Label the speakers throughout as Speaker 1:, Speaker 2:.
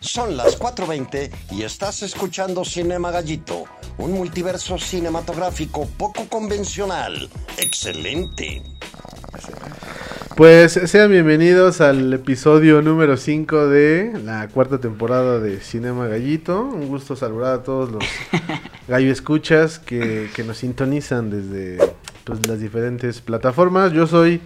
Speaker 1: Son las 4.20 y estás escuchando Cinema Gallito, un multiverso cinematográfico poco convencional. ¡Excelente!
Speaker 2: Pues sean bienvenidos al episodio número 5 de la cuarta temporada de Cinema Gallito. Un gusto saludar a todos los gallo escuchas que, que nos sintonizan desde pues, las diferentes plataformas. Yo soy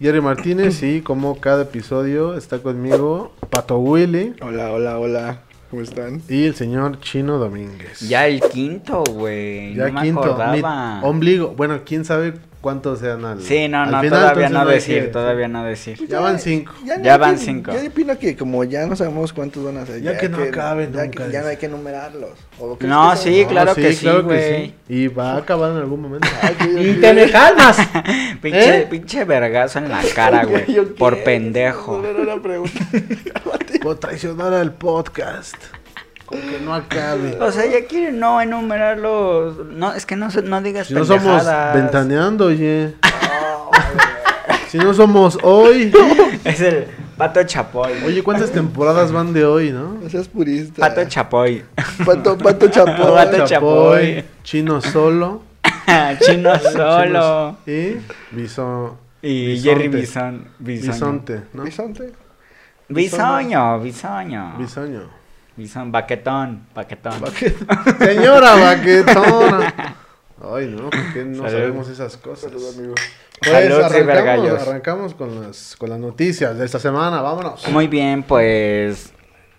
Speaker 2: Jerry Martínez y como cada episodio está conmigo Pato Willy
Speaker 3: Hola, hola, hola. ¿Cómo están?
Speaker 2: y el señor Chino Domínguez.
Speaker 4: Ya el quinto, güey.
Speaker 2: Ya
Speaker 4: no
Speaker 2: quinto,
Speaker 4: me
Speaker 2: mi-
Speaker 4: acordaba.
Speaker 2: ombligo. Bueno, quién sabe cuántos sean al
Speaker 4: sí, no,
Speaker 2: al
Speaker 4: no,
Speaker 2: final,
Speaker 4: todavía
Speaker 2: entonces
Speaker 4: no
Speaker 2: hay que-
Speaker 4: decir, todavía no decir.
Speaker 2: Ya van cinco.
Speaker 4: Ya van cinco.
Speaker 3: Yo opino que como ya no sabemos cuántos van a ser.
Speaker 2: Ya que no acaben
Speaker 3: ya
Speaker 2: nunca,
Speaker 3: que- ya no
Speaker 2: dice.
Speaker 3: hay que numerarlos. ¿O crees
Speaker 4: No,
Speaker 3: que
Speaker 4: sí,
Speaker 3: son-
Speaker 4: claro que sí, güey.
Speaker 2: sí. Y va a acabar en algún momento.
Speaker 3: Ay, que yo-
Speaker 2: calmas!
Speaker 4: Pinche,
Speaker 2: ¿Eh?
Speaker 4: pinche vergazo en la cara,
Speaker 3: Yo-
Speaker 4: güey.
Speaker 3: yo-
Speaker 4: Por
Speaker 3: ¿qué?
Speaker 4: pendejo.
Speaker 3: No era una pregunta.
Speaker 2: Por traicionar al podcast. Con que no acabe.
Speaker 4: O sea, ya quieren no enumerarlos. No, es que no, se- no digas
Speaker 2: Si no somos
Speaker 4: pendejadas.
Speaker 2: ventaneando, oye. Si no somos hoy.
Speaker 4: Es el pato chapoy.
Speaker 2: Oye, eh. ¿cuántas temporadas van de hoy, no?
Speaker 3: No seas purista.
Speaker 4: Pato chapoy.
Speaker 3: Pato, pato chapón.
Speaker 2: Chapoy,
Speaker 4: Pato Chapoy.
Speaker 2: Chino solo.
Speaker 4: Chino solo.
Speaker 2: Chinos- Y Biso-
Speaker 4: Y
Speaker 2: Bisonte.
Speaker 4: Jerry Bison. Bisoño.
Speaker 2: Bisonte, ¿no?
Speaker 3: Bisonte.
Speaker 4: Bisoño, bisoño.
Speaker 2: Bisoño.
Speaker 4: Bison, baquetón, baquetón.
Speaker 2: Baque- Señora Baquetona. Ay, no, ¿por qué no
Speaker 4: Salud.
Speaker 2: sabemos esas cosas?
Speaker 3: Saludos, amigo.
Speaker 2: Pues
Speaker 4: Salud,
Speaker 2: arrancamos,
Speaker 4: cibergallos.
Speaker 2: arrancamos con las, con las noticias de esta semana, vámonos.
Speaker 4: Muy bien, pues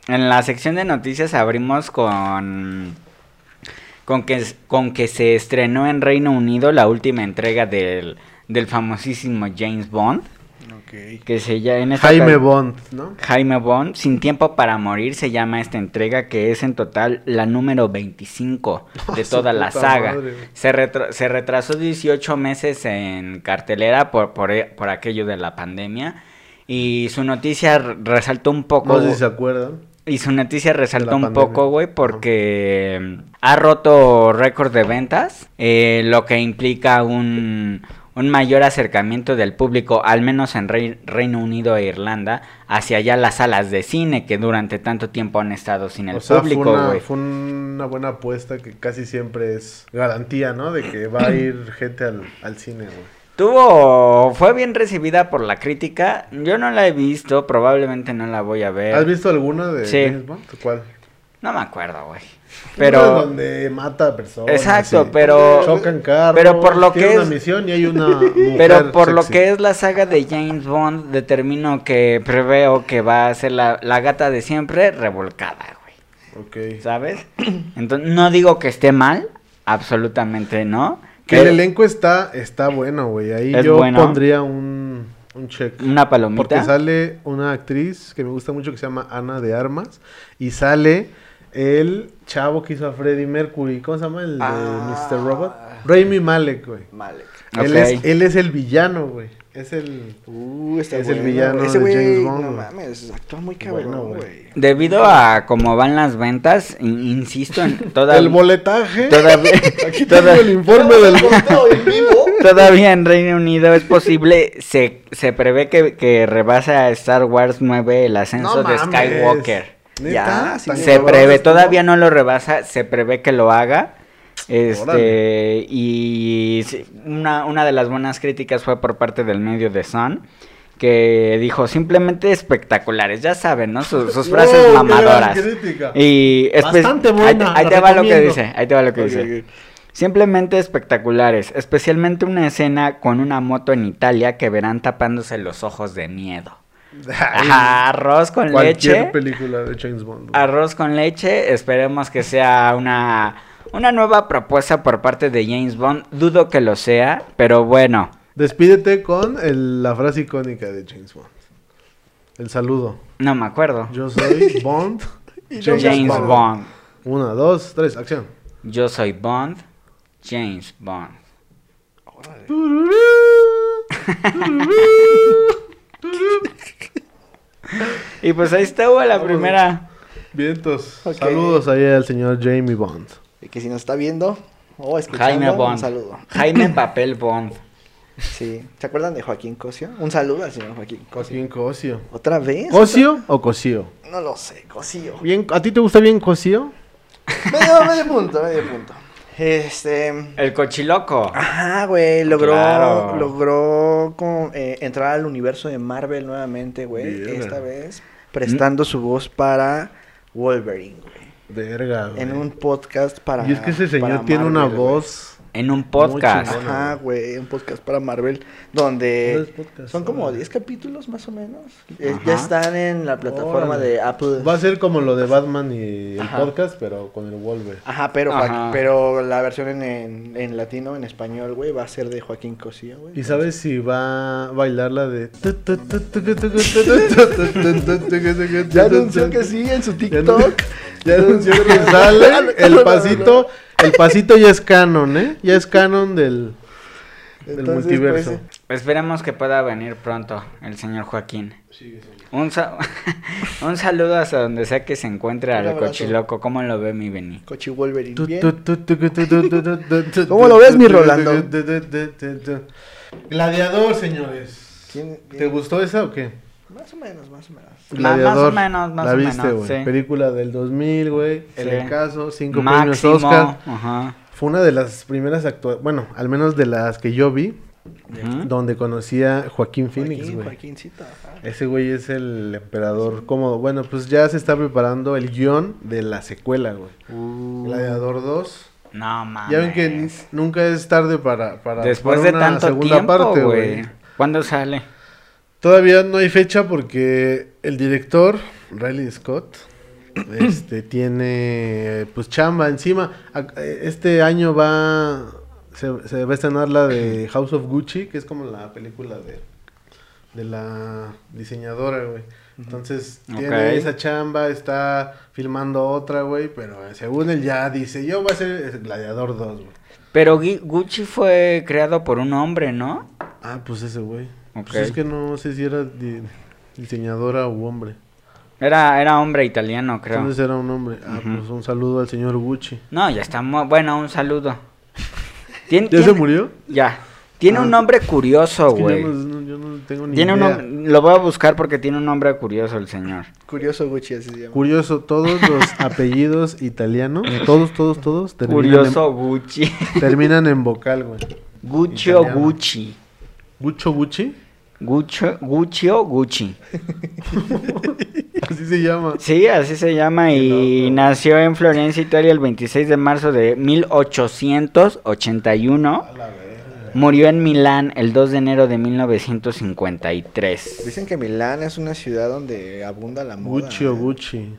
Speaker 4: en la sección de noticias abrimos con con que con que se estrenó en Reino Unido la última entrega del del famosísimo James Bond,
Speaker 3: Ok.
Speaker 4: que se ya en esta
Speaker 2: Jaime
Speaker 4: ocas-
Speaker 2: Bond, ¿no?
Speaker 4: Jaime Bond, Sin Tiempo para Morir se llama esta entrega que es en total la número 25 de
Speaker 2: Su
Speaker 4: toda la
Speaker 2: puta
Speaker 4: saga.
Speaker 2: madre, güey.
Speaker 4: Se, retro- se retrasó 18 meses en cartelera por, por, e- por aquello de la pandemia y su noticia r- resaltó un poco...
Speaker 2: No sé si se acuerdan.
Speaker 4: Y su noticia resaltó
Speaker 2: De
Speaker 4: un
Speaker 2: la
Speaker 4: poco,
Speaker 2: pandemia.
Speaker 4: güey, porque mm, ha roto récord de ventas, eh, lo que implica un, un mayor acercamiento del público, al menos en Rei- Reino Unido e Irlanda, hacia allá las salas de cine que durante tanto tiempo han estado sin el
Speaker 2: o sea,
Speaker 4: público,
Speaker 2: fue, una,
Speaker 4: güey.
Speaker 2: fue una buena apuesta que casi siempre es garantía, ¿no? De que va a ir gente al, al cine, güey.
Speaker 4: Tuvo, fue bien recibida por la crítica, yo no la he visto, probablemente no la voy a ver.
Speaker 2: ¿Has visto alguna de
Speaker 4: Eh, sí.
Speaker 2: James Bond? ¿Cuál?
Speaker 4: No me acuerdo, güey.
Speaker 2: Una
Speaker 4: Pero...
Speaker 2: donde mata a personas.
Speaker 4: Exacto,
Speaker 2: y
Speaker 4: pero-
Speaker 2: Chocan carros.
Speaker 4: pero por lo
Speaker 2: tiene
Speaker 4: que
Speaker 2: una
Speaker 4: es-
Speaker 2: misión y hay una. mujer
Speaker 4: Pero por lo
Speaker 2: sexy.
Speaker 4: que es la saga de James Bond, determino que preveo que va a ser la, la gata de siempre revolcada, güey.
Speaker 2: Ok.
Speaker 4: ¿Sabes? Entonces, no digo que esté mal, absolutamente no.
Speaker 2: Que el
Speaker 4: pero
Speaker 2: elenco está, está bueno, güey. Ahí
Speaker 4: Es
Speaker 2: yo
Speaker 4: bueno.
Speaker 2: pondría un, un check.
Speaker 4: Una
Speaker 2: Porque
Speaker 4: palomita.
Speaker 2: sale una actriz que me gusta mucho que se llama Ana de Armas. Y sale el chavo que hizo a Freddie Mercury. ¿Cómo se llama? El de
Speaker 3: Ah.
Speaker 2: Mr. Robot. Raimi Malek, güey.
Speaker 3: Malek.
Speaker 2: Él,
Speaker 4: Ok.
Speaker 2: es, él es el villano, güey. Es el.
Speaker 3: Uh, está
Speaker 2: Es el
Speaker 3: bueno.
Speaker 2: villano
Speaker 3: Ese
Speaker 2: de
Speaker 3: güey,
Speaker 2: James Bond,
Speaker 3: No
Speaker 2: güey.
Speaker 3: mames, actúa muy
Speaker 2: Bueno,
Speaker 3: cabrón,
Speaker 2: güey.
Speaker 3: güey.
Speaker 4: Debido a cómo van las ventas, in- insisto en toda-
Speaker 2: El boletaje.
Speaker 4: todavía,
Speaker 2: Aquí tengo
Speaker 4: toda-
Speaker 2: el informe del.
Speaker 4: todavía en Reino Unido es posible, se, se prevé que, que rebasa a Star Wars 9 el ascenso de
Speaker 2: mames.
Speaker 4: Skywalker.
Speaker 2: Neta,
Speaker 3: Ya,
Speaker 2: tan
Speaker 3: sí,
Speaker 4: Se
Speaker 2: cabrón
Speaker 4: prevé,
Speaker 2: estuvo.
Speaker 4: todavía no lo rebasa, se prevé que lo haga. Este,
Speaker 2: Órale.
Speaker 4: y sí, una, una de las buenas críticas fue por parte del medio de Sun, que dijo simplemente espectaculares, ya saben, ¿no? Sus, sus frases
Speaker 2: Wow, qué gran
Speaker 4: mamadoras.
Speaker 2: crítica.
Speaker 4: Y espe-
Speaker 2: Bastante buena,
Speaker 4: ahí te- Ahí,
Speaker 2: la
Speaker 4: te va lo que
Speaker 2: recomiendo.
Speaker 4: dice, ahí te va lo que
Speaker 3: Ok,
Speaker 4: dice.
Speaker 3: ok.
Speaker 4: Simplemente espectaculares, especialmente una escena con una moto en Italia que verán tapándose los ojos de miedo. Ajá, arroz con
Speaker 2: Cualquier
Speaker 4: leche.
Speaker 2: película de James Bond. güey.
Speaker 4: Arroz con leche, esperemos que sea una, una nueva propuesta por parte de James Bond. Dudo que lo sea, pero bueno.
Speaker 2: Despídete con el- la frase icónica de James Bond. El saludo.
Speaker 4: No me acuerdo.
Speaker 2: Yo soy Bond.
Speaker 3: Y
Speaker 4: James, Bond.
Speaker 2: Una, dos, tres, acción.
Speaker 4: Yo soy Bond. James Bond.
Speaker 3: Órale.
Speaker 4: Y pues ahí estuvo la
Speaker 2: Vámonos.
Speaker 4: primera.
Speaker 2: Vientos.
Speaker 3: Ok.
Speaker 2: Saludos ahí al señor Jamie Bond.
Speaker 3: Y que si nos está viendo o escuchando,
Speaker 4: Jaime
Speaker 3: un saludo.
Speaker 4: Bond. Jaime Papel Bond.
Speaker 5: Sí. ¿Se acuerdan de Joaquín Cosio? Un saludo al señor Joaquín Cosio.
Speaker 2: Bien cocio.
Speaker 5: ¿Otra vez?
Speaker 2: ¿Cocio o cosío?
Speaker 5: No lo sé, Cosío.
Speaker 2: Bien, ¿A ti te gusta bien cosío?
Speaker 5: medio, medio punto, medio punto. Este.
Speaker 4: El cochiloco.
Speaker 3: Ah,
Speaker 5: Ajá, güey,
Speaker 2: Ah,
Speaker 5: logró,
Speaker 4: Claro.
Speaker 5: logró con- eh, entrar al universo de Marvel nuevamente, güey,
Speaker 2: Verga.
Speaker 5: esta vez
Speaker 2: Mm.
Speaker 5: prestando su voz para Wolverine, güey,
Speaker 2: Verga, güey.
Speaker 5: en un podcast para
Speaker 2: Y es que ese
Speaker 5: para
Speaker 2: señor tiene una
Speaker 5: Marvel, güey.
Speaker 2: voz.
Speaker 4: En un podcast.
Speaker 2: chingón.
Speaker 5: Ajá, güey, un podcast para Marvel
Speaker 2: No es
Speaker 5: donde
Speaker 2: podcast,
Speaker 5: son como
Speaker 2: órale.
Speaker 5: 10 capítulos más o menos. Eh,
Speaker 4: Ajá.
Speaker 5: ya están en la plataforma
Speaker 2: Órale.
Speaker 5: de Apple.
Speaker 2: Va a ser como lo de Batman y el
Speaker 5: Ajá.
Speaker 2: podcast, pero con el Wolver.
Speaker 5: Ajá, pero, Joaqu-
Speaker 4: Ajá.
Speaker 5: pero la versión en, en, en latino, en español, güey, va a ser de Joaquín Cosío, güey.
Speaker 2: ¿Y sabes si va a bailar la de...
Speaker 5: Ya anunció que sí en su
Speaker 2: Ya no-
Speaker 5: TikTok.
Speaker 2: Ya anunció que sale el pasito. El pasito ya es canon, ¿eh? Ya es canon del, del
Speaker 5: Entonces,
Speaker 2: multiverso.
Speaker 5: pues,
Speaker 4: Esperemos que pueda venir pronto el señor Joaquín. Un, sa- un saludo hasta donde sea que se encuentre
Speaker 5: Un
Speaker 4: al
Speaker 5: abrazo.
Speaker 4: cochiloco. ¿Cómo lo ve mi Beni?
Speaker 5: eh, Cochi Wolverine.
Speaker 2: Tu,
Speaker 5: bien.
Speaker 2: tu, tu, tu, tu, tu, tu, tu, tu, tu,
Speaker 5: ¿Cómo lo ves, mi Rolando?
Speaker 2: Gladiador, señores.
Speaker 5: ¿Quién-
Speaker 2: ¿Te gustó esa o qué?
Speaker 5: Más o menos, más o menos.
Speaker 4: Ma- más o menos, más
Speaker 2: La
Speaker 4: o
Speaker 2: viste,
Speaker 4: menos,
Speaker 2: güey.
Speaker 4: sí.
Speaker 2: Película del 2000, güey. El
Speaker 4: Sí.
Speaker 2: Encaso, cinco premios
Speaker 4: Máximo.
Speaker 2: Oscar.
Speaker 4: Ajá.
Speaker 2: Fue una de las primeras actuaciones, bueno, al menos de las que yo vi,
Speaker 4: Ujú.
Speaker 2: donde conocía a Joaquín Phoenix,
Speaker 5: Joaquín,
Speaker 2: güey.
Speaker 5: Joaquincito. ajá.
Speaker 2: Ese güey es el emperador cómodo. Bueno, pues ya se está preparando el guión de la secuela, güey.
Speaker 4: Uh.
Speaker 2: Gladiador 2.
Speaker 4: No mames.
Speaker 2: Ya ven que ni- nunca es tarde para, para
Speaker 4: Ah, Después
Speaker 2: para
Speaker 4: de
Speaker 2: una
Speaker 4: tanto
Speaker 2: segunda
Speaker 4: tiempo,
Speaker 2: parte,
Speaker 4: güey. ¿Cuándo sale?
Speaker 2: Todavía no hay fecha porque el director, Riley Scott, este, tiene pues chamba encima. A- eh, Este año va, se, se va a estrenar la de House of Gucci, que es como la película de, de la diseñadora, güey. Entonces
Speaker 4: Ok.
Speaker 2: tiene esa chamba, está filmando otra, güey, pero eh, según él ya dice, yo voy a ser el Gladiador 2, güey.
Speaker 4: Pero Gui- Gucci fue creado por un hombre, ¿no?
Speaker 2: Ah, pues ese güey.
Speaker 4: Ok.
Speaker 2: Pues es que no sé si era di- diseñadora u hombre.
Speaker 4: Era, era hombre italiano, creo.
Speaker 2: Entonces era un hombre. Ah,
Speaker 4: Ujú.
Speaker 2: pues un saludo al señor Gucci.
Speaker 4: No, ya está. mu- Bueno, un saludo. ¿Tien-
Speaker 2: ¿Ya se
Speaker 4: tiene-
Speaker 2: murió? Ah.
Speaker 4: Ya. Tiene un nombre curioso,
Speaker 2: Es que
Speaker 4: Oh, güey.
Speaker 2: yo, no, yo no tengo ni
Speaker 4: Tiene un
Speaker 2: idea.
Speaker 4: nombre- lo voy a buscar porque tiene un nombre curioso el señor.
Speaker 5: Curioso Gucci, así se llama.
Speaker 2: Curioso, todos los apellidos italianos, todos, todos, todos, terminan,
Speaker 4: Curioso Gucci.
Speaker 2: En, terminan en vocal, güey.
Speaker 4: Gucci o
Speaker 2: Italiano.
Speaker 4: Gucci.
Speaker 2: Gucho Gucci,
Speaker 4: Gucci, Gucci o Gucci.
Speaker 2: así se llama.
Speaker 4: Sí, así se llama y nació en Florencia, Italia el 26 de marzo de 1881. Murió en Milán el 2 de enero de 1953.
Speaker 5: Dicen que Milán es una ciudad donde abunda la moda.
Speaker 2: Gucci o
Speaker 5: ¿eh?
Speaker 2: Gucci.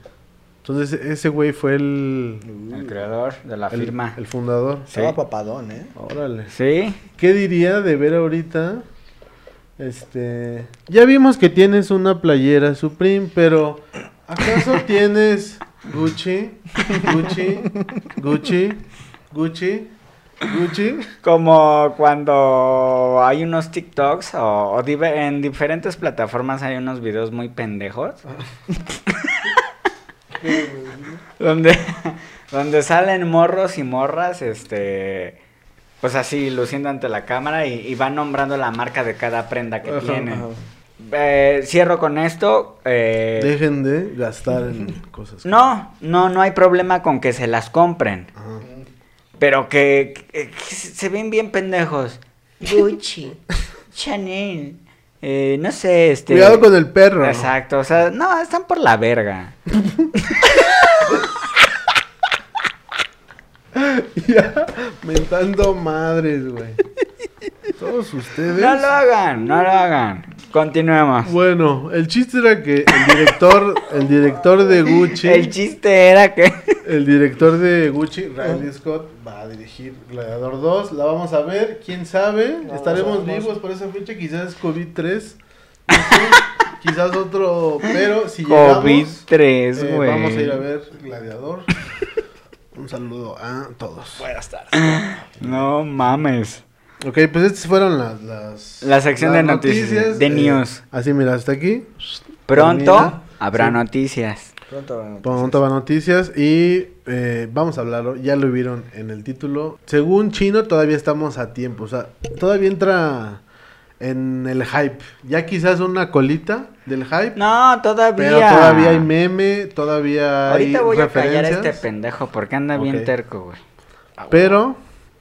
Speaker 2: Entonces ese güey fue el,
Speaker 4: El creador de la
Speaker 2: el-
Speaker 4: firma.
Speaker 2: el fundador.
Speaker 5: Estaba
Speaker 4: Sí.
Speaker 5: papadón, ¿eh?
Speaker 2: Órale.
Speaker 4: Sí,
Speaker 2: ¿Qué diría de ver ahorita? Este. Ya vimos que tienes una playera Supreme, pero. ¿Acaso tienes Gucci? Gucci, Gucci, Gucci, Gucci.
Speaker 4: Como cuando hay unos TikToks o, o dive- en diferentes plataformas hay unos videos muy pendejos. donde, donde salen morros y morras, este, pues así, luciendo ante la cámara y, y van nombrando la marca de cada prenda que
Speaker 2: Ajá,
Speaker 4: tienen.
Speaker 2: ajá.
Speaker 4: Eh, cierro con esto. eh,
Speaker 2: Dejen de gastar en cosas. que-
Speaker 4: no, no, no hay problema con que se las compren.
Speaker 2: Ajá.
Speaker 4: Pero que, que- que se ven bien pendejos. Gucci, Chanel, eh, no sé, este...
Speaker 2: Cuidado con el perro.
Speaker 4: Exacto, o sea, no, están por la verga.
Speaker 2: Ya, mentando madres, güey. Todos ustedes.
Speaker 4: No lo hagan, no lo hagan. Continuemos.
Speaker 2: Bueno, el chiste era que el director, el director de Gucci.
Speaker 4: El chiste era que...
Speaker 2: El director de Gucci, Riley Scott, va a dirigir Gladiador 2. La vamos a ver, quién sabe. Estaremos vivos por esa fecha. Quizás COVID-3. no sé, quizás otro, pero si llegamos, eh,
Speaker 4: COVID-3, güey.
Speaker 2: vamos a ir a ver Gladiador. Un saludo a todos.
Speaker 5: Buenas tardes.
Speaker 4: No mames.
Speaker 2: Ok, pues estas fueron las. las Eh,
Speaker 4: La sección de noticias, de news.
Speaker 2: Así, mira, hasta aquí.
Speaker 4: Pronto
Speaker 2: Termina.
Speaker 4: habrá
Speaker 2: Sí.
Speaker 4: noticias.
Speaker 5: Pronto habrá noticias.
Speaker 2: Pronto va noticias y eh, vamos a hablarlo. Ya lo vieron en el título. Según Chino, todavía estamos a tiempo. O sea, todavía entra en el hype. Ya quizás una colita del hype.
Speaker 4: No, todavía.
Speaker 2: Pero todavía hay meme, todavía
Speaker 4: Ahorita
Speaker 2: hay
Speaker 4: voy a callar a
Speaker 2: referencias.
Speaker 4: este pendejo porque anda
Speaker 2: Ok.
Speaker 4: bien terco, güey.
Speaker 2: Pero,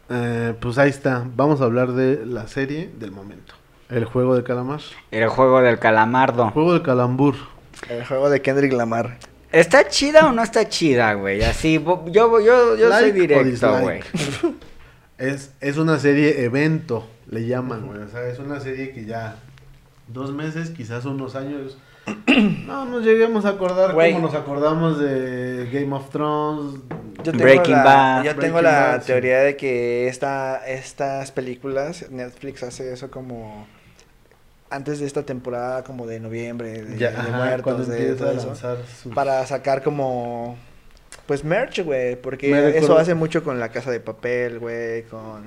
Speaker 2: eh, pues ahí está. Vamos a hablar de la serie del momento. El juego de calamar.
Speaker 4: El juego del calamardo.
Speaker 2: Juego de calambur.
Speaker 5: El juego de Kendrick Lamar.
Speaker 4: ¿Está chida o no está chida, güey? Así, bo- yo, yo, yo soy
Speaker 2: Like o
Speaker 4: directo,
Speaker 2: dislike.
Speaker 4: güey.
Speaker 2: Es, es una serie evento, le llaman, güey. O sea, es una serie que ya dos meses, quizás unos años. No nos lleguemos a acordar
Speaker 5: Güey.
Speaker 2: como nos acordamos de Game of Thrones.
Speaker 5: Yo tengo
Speaker 4: Breaking
Speaker 5: la,
Speaker 4: Bad.
Speaker 5: Yo tengo
Speaker 2: Breaking
Speaker 5: la
Speaker 2: Bad, sí.
Speaker 5: teoría de que esta, estas películas, Netflix hace eso como antes de esta temporada, como de noviembre, de,
Speaker 2: Ya,
Speaker 5: de
Speaker 2: ajá, cuando
Speaker 5: muertos, de
Speaker 2: empieza
Speaker 5: todo
Speaker 2: a
Speaker 5: eso.
Speaker 2: lanzar sus-
Speaker 5: Para sacar como, pues merch, güey, porque
Speaker 2: Me
Speaker 5: eso
Speaker 2: recuerdo-
Speaker 5: hace mucho con La Casa de Papel, güey, con...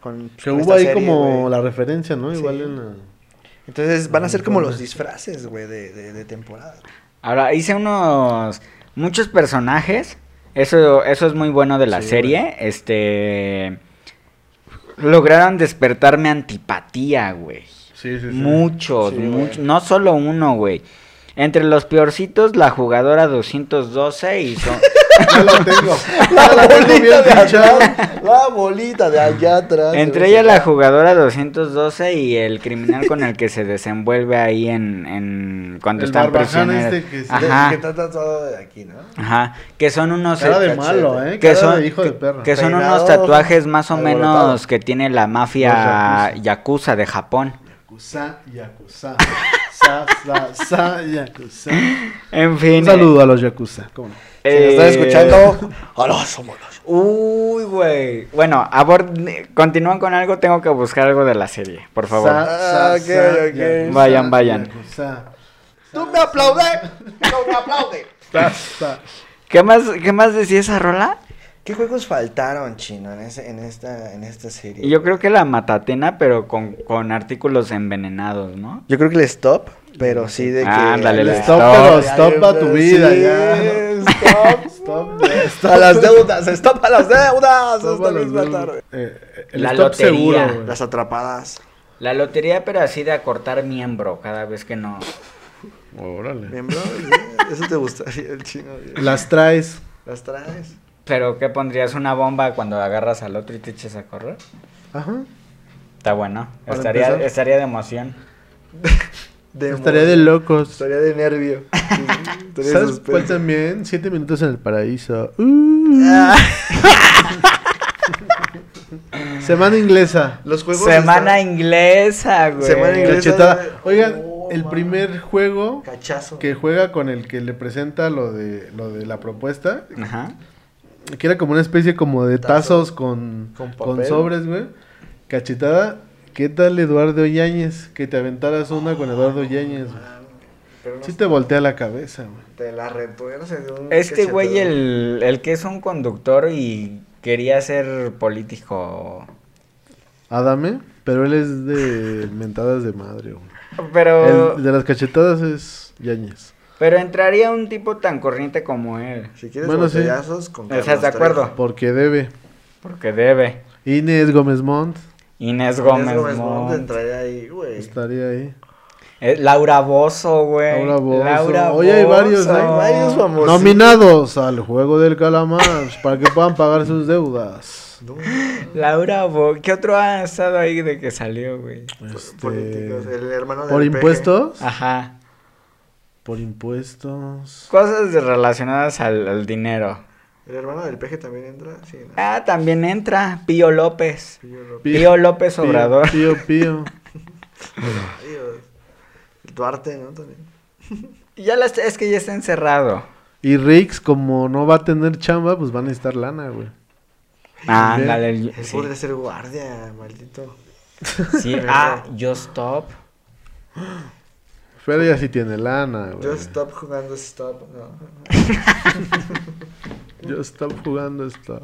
Speaker 5: con
Speaker 2: Que
Speaker 5: con
Speaker 2: hubo
Speaker 5: esta
Speaker 2: ahí
Speaker 5: serie,
Speaker 2: como
Speaker 5: güey.
Speaker 2: la referencia, ¿no?
Speaker 5: Sí.
Speaker 2: Igual en la...
Speaker 5: Entonces van a ser como
Speaker 2: Ajá.
Speaker 5: los disfraces, güey, de, de, de temporada.
Speaker 4: Ahora, hice unos. Muchos personajes. Eso, eso es muy bueno de la
Speaker 2: Sí,
Speaker 4: serie. Este. Lograron despertarme antipatía, güey.
Speaker 2: Sí, sí, sí.
Speaker 4: Muchos,
Speaker 5: Sí,
Speaker 4: much-
Speaker 5: güey.
Speaker 4: no solo uno, güey. Entre los peorcitos, la jugadora 212 y son...
Speaker 2: Ya la tengo. Ya la tengo bien pinchada.
Speaker 5: La bolita de allá atrás.
Speaker 4: Entre ella la jugadora 212 y el criminal con el que se desenvuelve ahí en, en cuando
Speaker 2: El
Speaker 4: están
Speaker 2: barbaján
Speaker 4: prisioneros.
Speaker 2: este que se-
Speaker 4: ajá,
Speaker 5: Que trata todo de aquí, ¿no?
Speaker 4: ajá, que son unos
Speaker 2: Cara de
Speaker 5: cachete.
Speaker 2: malo, ¿eh?
Speaker 4: Que
Speaker 2: Cara
Speaker 4: son-
Speaker 2: de hijo de perra.
Speaker 4: que son
Speaker 5: Peinado,
Speaker 4: unos tatuajes más o menos
Speaker 5: alborotado.
Speaker 4: que tiene la mafia yakuza de Japón.
Speaker 2: Yakuza, yakuza. Sa, sa, sa, yakuza.
Speaker 4: En fin.
Speaker 2: Un saludo a los yakuza. ¿Cómo no?
Speaker 5: Si
Speaker 4: eh,
Speaker 5: nos están escuchando, hola, somos los.
Speaker 4: Uy, güey. Bueno, abord- continúan con algo, tengo que buscar algo de la serie, por favor.
Speaker 2: Sa, sa,
Speaker 5: Ah, ok,
Speaker 2: sa,
Speaker 5: ok.
Speaker 2: yakuza,
Speaker 4: Vayan, vayan.
Speaker 2: yakuza.
Speaker 5: ¡Tú me aplaudes! ¡No me aplaudes!
Speaker 2: Sa, sa.
Speaker 4: ¿Qué más, ¿Qué más decía esa rola?
Speaker 5: ¿Qué juegos faltaron, Chino, en, ese, en, esta, en esta serie?
Speaker 4: Yo creo que la matatena, pero con, con artículos envenenados, ¿no?
Speaker 5: Yo creo que el stop, pero sí de que...
Speaker 4: Ándale,
Speaker 2: El
Speaker 4: la-
Speaker 2: stop, pero stop a tu vida, ya.
Speaker 5: Stop.
Speaker 2: Stop, ya, stop.
Speaker 5: A las deudas, stop a las
Speaker 2: Stop
Speaker 5: deudas. Stop
Speaker 2: a
Speaker 5: a
Speaker 2: los-
Speaker 5: las
Speaker 2: eh, el
Speaker 4: La
Speaker 2: stop
Speaker 4: lotería.
Speaker 2: seguro, güey.
Speaker 5: Las atrapadas.
Speaker 4: La lotería, pero así de acortar miembro cada vez que no.
Speaker 2: Órale.
Speaker 5: ¿Miembro? Sí, Eso te gustaría el chino. güey.
Speaker 2: Las traes.
Speaker 5: Las traes.
Speaker 4: Pero ¿qué pondrías una bomba cuando agarras al otro y te echas a correr?
Speaker 2: Ajá.
Speaker 4: Está bueno.
Speaker 2: Para
Speaker 4: Estaría,
Speaker 2: empezar.
Speaker 4: estaría de emoción.
Speaker 5: De
Speaker 2: Estaría de locos.
Speaker 5: Estaría de nervio. Estaría de
Speaker 2: ¿Sabes cuál
Speaker 5: suspenso.
Speaker 2: también? Siete minutos en el paraíso. Uh.
Speaker 5: Ah.
Speaker 2: Uh. Semana inglesa.
Speaker 5: Los juegos.
Speaker 4: Semana
Speaker 5: están-
Speaker 4: inglesa, güey.
Speaker 5: Semana inglesa.
Speaker 2: Cachetada. Oigan,
Speaker 5: Oh,
Speaker 2: el
Speaker 5: man.
Speaker 2: primer juego
Speaker 5: Cachazo.
Speaker 2: que juega con el que le presenta lo de lo de la propuesta,
Speaker 4: Ajá.
Speaker 2: que era como una especie como de
Speaker 5: Tazo.
Speaker 2: tazos con,
Speaker 5: Con
Speaker 2: con,
Speaker 5: papel.
Speaker 2: sobres, güey. Cachetada. ¿Qué tal Eduardo Yáñez? Que te aventaras una con Eduardo Yáñez, güey.
Speaker 5: Pero no
Speaker 2: Sí te voltea la cabeza, güey.
Speaker 5: Te la retuerce de un.
Speaker 4: Este güey,
Speaker 5: cachetadón.
Speaker 4: el, el que es un conductor y quería ser político.
Speaker 2: Adame, pero él es de mentadas de madre, güey.
Speaker 4: Pero,
Speaker 2: El de las cachetadas es Yáñez.
Speaker 4: pero entraría un tipo tan corriente como él.
Speaker 5: Si quieres
Speaker 2: Bueno, sí.
Speaker 5: botellazos con
Speaker 4: ¿Estás
Speaker 5: Carlos
Speaker 4: de acuerdo?
Speaker 5: Trejo.
Speaker 2: Porque debe.
Speaker 4: Porque debe.
Speaker 2: Inés Gómez Montt
Speaker 4: Inés Gómez.
Speaker 5: Inés
Speaker 4: Montt.
Speaker 5: Montt entraría ahí, güey.
Speaker 2: estaría ahí.
Speaker 4: Eh, Laura Bozo, güey.
Speaker 2: Laura Bozzo.
Speaker 4: Laura
Speaker 2: Oye, hay varios,
Speaker 4: Bozzo.
Speaker 2: hay
Speaker 5: varios famosos. Pues
Speaker 2: Nominados al juego del calamar para que puedan pagar sus deudas.
Speaker 5: No,
Speaker 4: Laura Bozo. ¿Qué otro ha estado ahí de que salió, güey?
Speaker 2: Este,
Speaker 5: pues, políticos, el hermano del
Speaker 2: por
Speaker 5: peje.
Speaker 2: impuestos.
Speaker 4: Ah. Ajá.
Speaker 2: Por impuestos.
Speaker 4: Cosas de- relacionadas al, al dinero.
Speaker 5: El hermano del peje también entra. Sí, no.
Speaker 4: Ah, también entra Pío López.
Speaker 5: Yo lo
Speaker 4: Pío, López Obrador.
Speaker 2: Pío, Pío.
Speaker 5: pido. Duarte, ¿no? También.
Speaker 4: Ya la está- es que ya está encerrado.
Speaker 2: Y Rix, como no va a tener chamba, pues van a estar lana, güey.
Speaker 4: Ah,
Speaker 2: Bien.
Speaker 4: ándale. el-
Speaker 5: Él
Speaker 4: Sí.
Speaker 5: podría ser guardia, maldito.
Speaker 4: sí. Ah, Just Stop.
Speaker 2: Pero ya sí tiene lana, güey.
Speaker 5: Yo stop jugando stop. No.
Speaker 2: Yo estaba jugando esto.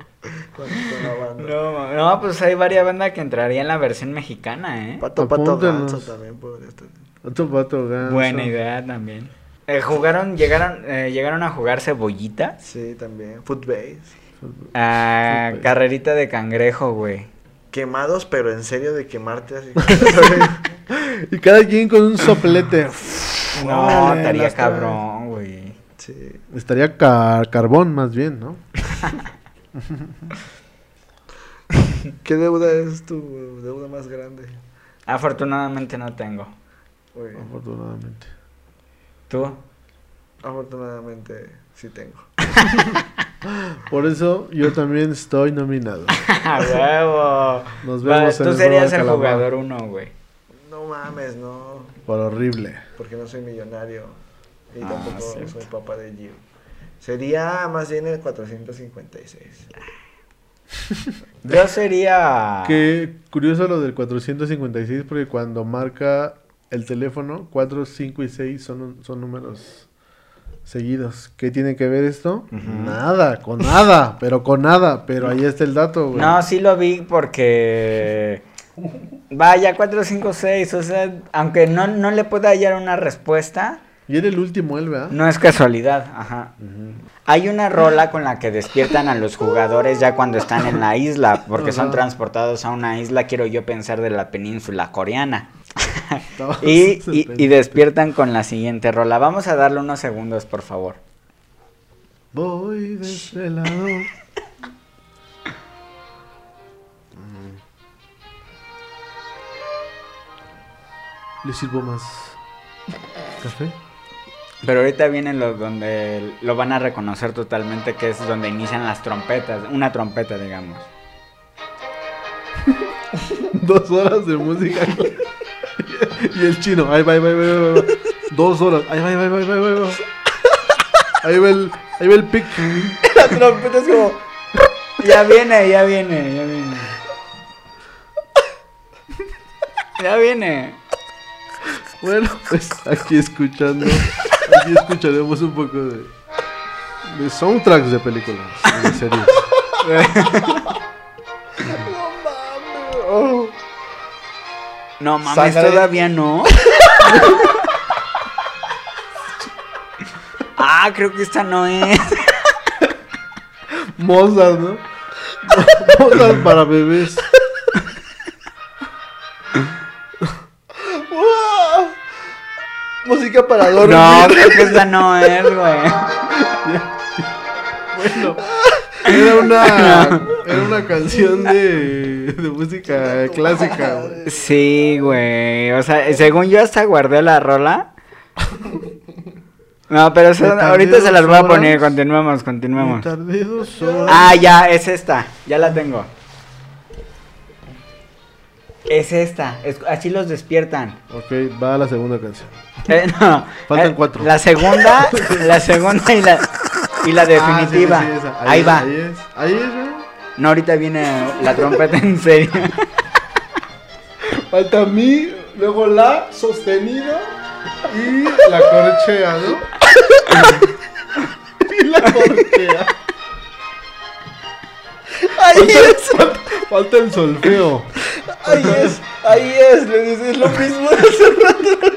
Speaker 5: Con, con la banda.
Speaker 4: No, no, pues hay varias bandas que entraría en la versión mexicana, ¿eh?
Speaker 5: Pato, pato,
Speaker 2: Apúntenos.
Speaker 5: ganso también podría estar.
Speaker 2: Otro pato ganso.
Speaker 4: Buena idea también. Eh, jugaron, llegaron, eh, llegaron a jugar cebollitas.
Speaker 5: Sí, también. Footbase.
Speaker 4: Ah,
Speaker 2: Súper.
Speaker 4: carrerita de cangrejo, güey.
Speaker 5: Quemados, pero en serio de quemarte así.
Speaker 2: Y cada quien con un soplete.
Speaker 4: No,
Speaker 5: Órale,
Speaker 4: estaría
Speaker 5: las traes.
Speaker 4: cabrón, güey.
Speaker 5: Sí.
Speaker 2: Estaría car- carbón más bien, ¿no?
Speaker 5: ¿Qué deuda es tu deuda más grande?
Speaker 4: Afortunadamente no tengo.
Speaker 5: Güey,
Speaker 2: Afortunadamente.
Speaker 4: ¿Tú?
Speaker 5: afortunadamente sí tengo.
Speaker 2: Por eso yo también estoy nominado.
Speaker 4: ¡A huevo!
Speaker 2: Nos
Speaker 4: Va,
Speaker 2: vemos en
Speaker 4: Tú
Speaker 2: el
Speaker 4: serías
Speaker 2: juego del
Speaker 4: el
Speaker 2: calamar.
Speaker 4: jugador uno, güey.
Speaker 5: No mames, no.
Speaker 2: Por horrible.
Speaker 5: Porque no soy millonario. Y
Speaker 4: Ah,
Speaker 5: tampoco
Speaker 4: cierto.
Speaker 5: soy papá de Gio. Sería más bien el 456.
Speaker 4: Yo sería...
Speaker 2: Qué curioso lo del 456 porque cuando marca el teléfono, 4, 5 y 6 son, un- son números seguidos. ¿Qué tiene que ver esto? Nada, con nada, pero con nada. Pero ahí está el dato, güey.
Speaker 4: No, sí lo vi porque... Vaya, 4, 5, 6, o sea, aunque no, no le pueda hallar una respuesta,
Speaker 2: Y era el último, él, ¿verdad?
Speaker 4: no es casualidad, ajá. Hay una rola con la que despiertan a los jugadores ya cuando están en la isla, porque son
Speaker 2: Ajá.
Speaker 4: transportados a una isla, quiero yo pensar, de la península coreana.
Speaker 2: Estaba-
Speaker 4: Y, y- y despiertan con la siguiente rola. Vamos a darle unos segundos, por favor.
Speaker 2: Voy desde el lado. Mm. Le sirvo más café.
Speaker 4: Pero ahorita vienen los donde lo van a reconocer totalmente, que es donde inician las trompetas, una trompeta, digamos.
Speaker 2: Dos horas de música. y el chino, ahí va, ahí va, ahí va, ahí va, ahí va. Dos horas, ahí va, ahí va, ahí va, ahí va, ahí va. Ahí va el, ahí va el pic.
Speaker 4: La
Speaker 5: pues,
Speaker 4: trompeta es como... Ya viene, ya viene, ya viene. Ya viene.
Speaker 2: Bueno, pues aquí escuchando, aquí escucharemos un poco de, de soundtracks de películas, y de series.
Speaker 4: No mames,
Speaker 5: Sangre.
Speaker 4: todavía no. ah, creo que esta no es.
Speaker 2: Mozart, ¿no? Mozart para bebés.
Speaker 5: Música para dormir.
Speaker 4: No, creo que esta no es, güey.
Speaker 2: Bueno, era una, era una canción de, de música clásica, güey.
Speaker 4: Sí, güey. O sea, según yo hasta guardé la rola. No, pero eso-
Speaker 2: Me tardé
Speaker 4: ahorita se las
Speaker 2: dos
Speaker 4: voy a poner.
Speaker 2: horas.
Speaker 4: Continuemos,
Speaker 2: Me
Speaker 4: continuemos.
Speaker 2: tardé dos horas.
Speaker 4: Ah, ya, es esta. Ya la tengo. Es esta. es- así los despiertan.
Speaker 2: Ok, va la segunda canción.
Speaker 4: Eh, no.
Speaker 2: Faltan
Speaker 4: eh,
Speaker 2: cuatro.
Speaker 4: La segunda, la segunda y la, y la definitiva.
Speaker 2: Ah, sí, sí, sí, esa.
Speaker 4: ahí,
Speaker 2: es,
Speaker 4: va.
Speaker 2: Ahí es, ahí es, güey.
Speaker 4: No, ahorita viene la trompeta en serio.
Speaker 2: Falta mi, luego la sostenida y la corchea, ¿no? y la corchea.
Speaker 5: Ahí es,
Speaker 2: Falta el solfeo.
Speaker 5: ahí es, ahí es. Le dices lo mismo. de hace rato.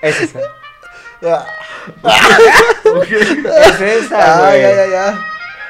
Speaker 4: Es esa.
Speaker 5: Ah,
Speaker 2: Ok.
Speaker 4: Es esa,
Speaker 5: ah,
Speaker 4: güey.
Speaker 5: ya, ya, ya.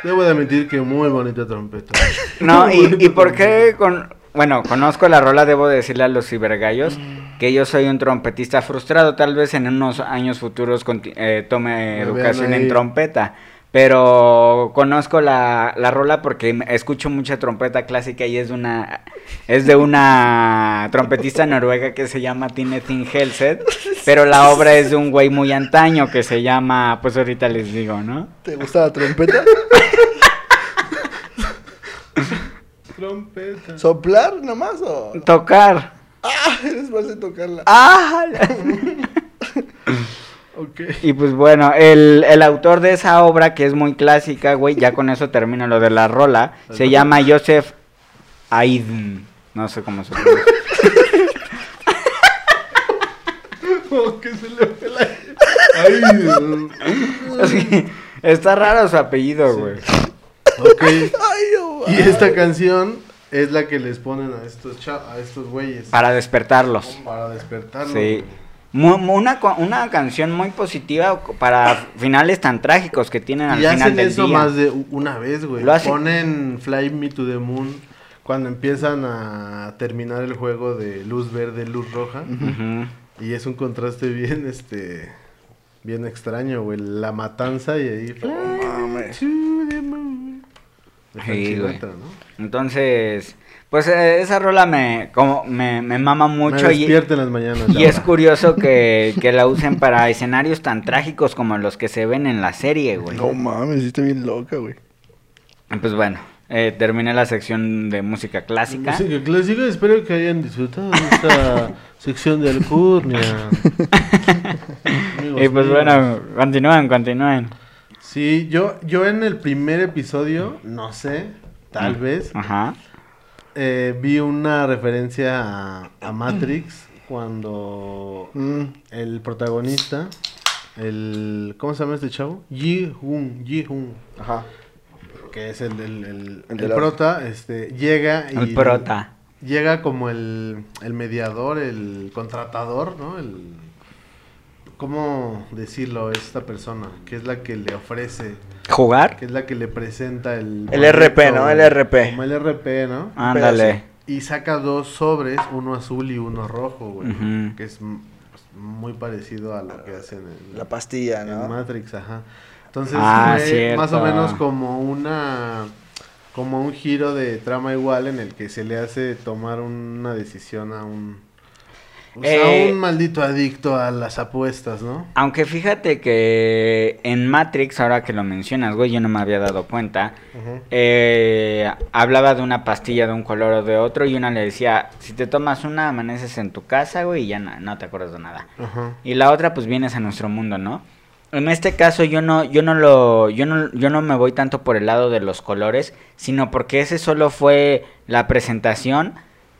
Speaker 2: Debo de admitir que muy bonita trompeta.
Speaker 4: No,
Speaker 2: Muy
Speaker 4: y,
Speaker 2: bonita
Speaker 4: y por
Speaker 2: trompeta.
Speaker 4: qué con... Bueno, conozco la rola, debo decirle a los cibergallos
Speaker 2: Mm.
Speaker 4: que yo soy un trompetista frustrado, tal vez en unos años futuros conti- eh, tome
Speaker 2: Me
Speaker 4: educación
Speaker 2: vean
Speaker 4: en
Speaker 2: ahí.
Speaker 4: trompeta, pero conozco la, la rola porque me- escucho mucha trompeta clásica y es de una es de una trompetista noruega que se llama Tine Helset, pero la obra es de un güey muy antaño que se llama, pues ahorita les digo, ¿no?
Speaker 5: ¿Te gusta la trompeta?
Speaker 2: Trompeta.
Speaker 5: ¿Soplar nomás o...?
Speaker 4: Tocar.
Speaker 5: Ah, eres más de tocarla.
Speaker 4: ¡Ah!
Speaker 2: Ok.
Speaker 4: Y pues bueno, el, el autor de esa obra, que es muy clásica, güey, ya con eso termino lo de la rola, se llama Joseph Haydn. No sé cómo se llama.
Speaker 2: Como que se le fue la... Ay, Dios.
Speaker 4: Está raro su apellido, güey.
Speaker 2: Ok.
Speaker 5: Ay, no,
Speaker 2: Y esta canción es la que les ponen a estos cha- a estos güeyes
Speaker 4: Para despertarlos.
Speaker 2: para despertarlos.
Speaker 4: Sí. Mu- mu- Una, co- una canción muy positiva para finales tan trágicos que tienen al
Speaker 2: Y
Speaker 4: final
Speaker 2: hacen
Speaker 4: del
Speaker 2: eso
Speaker 4: día.
Speaker 2: más de u- una vez, güey.
Speaker 4: Lo hacen.
Speaker 2: Ponen Fly Me to the Moon cuando empiezan a terminar el juego de luz verde, luz roja.
Speaker 4: Ujú.
Speaker 2: Y es un contraste bien, este, bien extraño, güey. La matanza y ahí... "Oh,
Speaker 3: No mames.
Speaker 2: to the moon. De Frank
Speaker 4: Sí, güey.
Speaker 2: Sinatra, ¿no?
Speaker 4: Entonces, pues eh, esa rola me, como, me, me mama mucho
Speaker 2: Me
Speaker 4: y,
Speaker 2: despierta en las mañanas.
Speaker 4: y
Speaker 2: la
Speaker 4: es
Speaker 2: verdad.
Speaker 4: curioso que, que la usen para escenarios tan trágicos como los que se ven en la serie, güey.
Speaker 3: No mames, sí está bien loca, güey.
Speaker 4: Pues bueno, eh, terminé la sección de música clásica.
Speaker 2: Música clásica, espero Pues que hayan disfrutado esta sección de Alcurnia. Amigos
Speaker 4: Y pues
Speaker 2: míos.
Speaker 4: bueno, continúen, continúen.
Speaker 2: Sí, yo, yo en el primer episodio, no sé, tal
Speaker 4: Mm.
Speaker 2: vez,
Speaker 4: Ajá.
Speaker 2: eh, vi una referencia a, a Matrix cuando el protagonista, el... ¿Cómo se llama este chavo? Ji Hoon, Ji Hoon,
Speaker 3: Ajá.
Speaker 2: que es el, el, el,
Speaker 3: El
Speaker 2: el
Speaker 3: de la-
Speaker 2: prota, este, llega y...
Speaker 4: El prota.
Speaker 2: Llega como el, el mediador, el contratador, ¿no? El, ¿Cómo decirlo? Esta persona, que es la que le ofrece,
Speaker 4: ¿Jugar?
Speaker 2: que es la que le presenta el...
Speaker 5: El RP, ¿no? El RP.
Speaker 2: Como el RP, ¿no?
Speaker 4: Ándale.
Speaker 2: Y saca dos sobres, uno azul y uno rojo, güey.
Speaker 4: Ujú.
Speaker 2: Que es m- pues, muy parecido a lo que hacen en,
Speaker 5: La pastilla,
Speaker 2: en
Speaker 5: ¿no?
Speaker 2: Matrix, ajá. Entonces,
Speaker 4: Ah,
Speaker 2: fue
Speaker 4: cierto.
Speaker 2: más o menos como una como un giro de trama igual en el que se le hace tomar una decisión a un pues,
Speaker 4: Eh.
Speaker 2: a un maldito adicto a las apuestas, ¿no?
Speaker 4: Aunque fíjate que en Matrix, ahora que lo mencionas, güey, yo no me había dado cuenta. eh, hablaba de una pastilla de un color o de otro y una le decía, si te tomas una, amaneces en tu casa, güey, y ya no, no te acuerdas de nada.
Speaker 2: Ajá.
Speaker 4: Y la otra, pues vienes a nuestro mundo, ¿no? En este caso yo no, yo no lo, yo no, yo no me voy tanto por el lado de los colores, sino porque ese solo fue la presentación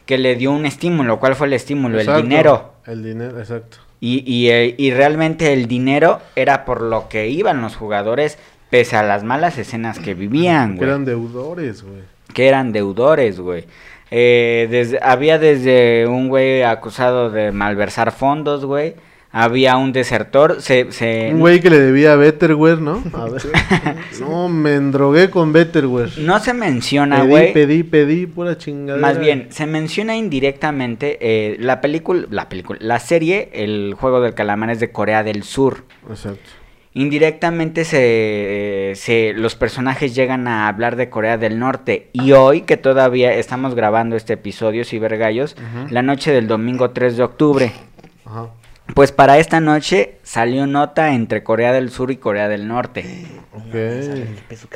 Speaker 4: que le dio un estímulo. ¿Cuál fue el estímulo?
Speaker 2: Exacto.
Speaker 4: El dinero.
Speaker 2: El dinero, exacto.
Speaker 4: Y, y, eh, y realmente el dinero era por lo que iban los jugadores, pese a las malas escenas que vivían,
Speaker 2: Que
Speaker 4: Mm, güey.
Speaker 2: eran deudores, güey.
Speaker 4: Que eran deudores, güey. Eh, desde- había desde un güey acusado de malversar fondos, güey. Había un desertor, se... se-
Speaker 2: Un güey que le debía a Betterware, ¿no? A ver. no, me endrogué con Betterware.
Speaker 4: No se menciona,
Speaker 2: pedí,
Speaker 4: güey.
Speaker 2: pedí, pedí, pura chingadera.
Speaker 4: Más bien, se menciona indirectamente eh, la película, la película, la serie, el juego del calamar es de Corea del Sur.
Speaker 2: Exacto.
Speaker 4: Indirectamente se, se- los personajes llegan a hablar de Corea del Norte y hoy que todavía estamos grabando este episodio Cibergallos, la noche del domingo 3 de octubre.
Speaker 2: Ajá.
Speaker 4: Pues para esta noche salió nota entre Corea del Sur y Corea del Norte.
Speaker 2: Eh, Ok.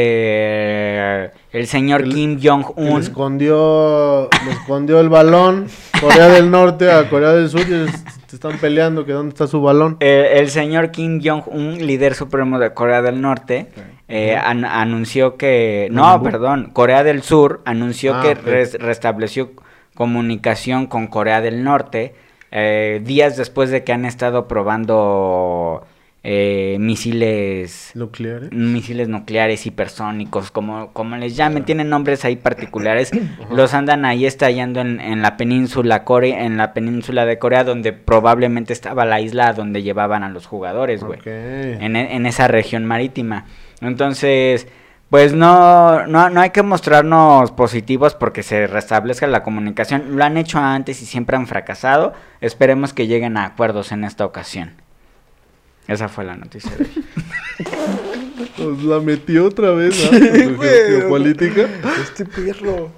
Speaker 4: Este el señor
Speaker 2: El-
Speaker 4: Kim
Speaker 2: Que le
Speaker 4: Jong-un
Speaker 2: escondió, le escondió el balón Corea del Norte a Corea del Sur y es- se están peleando que dónde está su balón.
Speaker 4: Eh, el señor Kim Jong-un, líder supremo de Corea del Norte, eh, an- anunció que... No,
Speaker 2: Ujú.
Speaker 4: perdón, Corea del Sur anunció
Speaker 2: Ah,
Speaker 4: que
Speaker 2: ok.
Speaker 4: res- restableció comunicación con Corea del Norte eh, días después de que han estado probando eh, misiles
Speaker 2: Nuclear. ¿eh?
Speaker 4: misiles nucleares, hipersónicos, como, como les llamen, tienen nombres ahí particulares, los andan ahí estallando en, en la península Core, en la península de Corea, donde probablemente estaba la isla donde llevaban a los jugadores, güey.
Speaker 2: Ok.
Speaker 4: En, e- en esa región marítima. Entonces, pues no, no, no hay que mostrarnos positivos porque se restablezca la comunicación. Lo han hecho antes y siempre han fracasado. Esperemos que lleguen a acuerdos en esta ocasión. Esa fue la noticia. de hoy.
Speaker 2: Nos Pues la metió otra vez, ¿ah? Con
Speaker 5: güey.
Speaker 2: geopolítica.
Speaker 5: Este perro.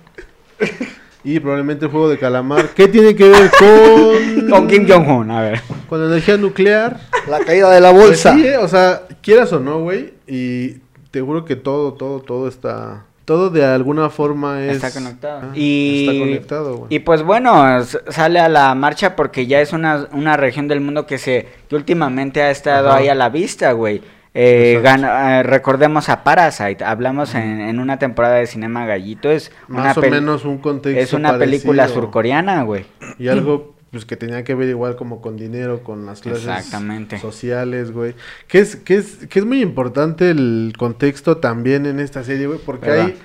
Speaker 2: Y probablemente el juego de calamar. ¿Qué tiene que ver con.
Speaker 4: Con Kim Jong-un, a ver.
Speaker 2: Con energía nuclear.
Speaker 5: La caída de la
Speaker 2: Pues
Speaker 5: bolsa.
Speaker 2: sí, eh, o sea, quieras o no, güey. Y te juro que todo, todo, todo está. Todo de alguna forma es.
Speaker 4: Está conectado.
Speaker 2: Ah,
Speaker 4: y,
Speaker 2: Está conectado, güey.
Speaker 4: y pues bueno, s- sale a la marcha porque ya es una, una región del mundo que se que últimamente ha estado
Speaker 2: Ajá.
Speaker 4: ahí a la vista, güey. Eh,
Speaker 2: Exacto.
Speaker 4: gana- eh, recordemos a Parasite, hablamos en, en una temporada de Cinema Gallito, es
Speaker 2: Más
Speaker 4: una,
Speaker 2: o
Speaker 4: pel-
Speaker 2: menos un contexto.
Speaker 4: es una película
Speaker 2: parecido.
Speaker 4: surcoreana, güey.
Speaker 2: Y algo pues que tenía que ver igual como con dinero, con las clases
Speaker 4: Exactamente.
Speaker 2: sociales, güey. Que es, que es, que es muy importante el contexto también en esta serie, güey, porque
Speaker 4: ¿Verdad?
Speaker 2: hay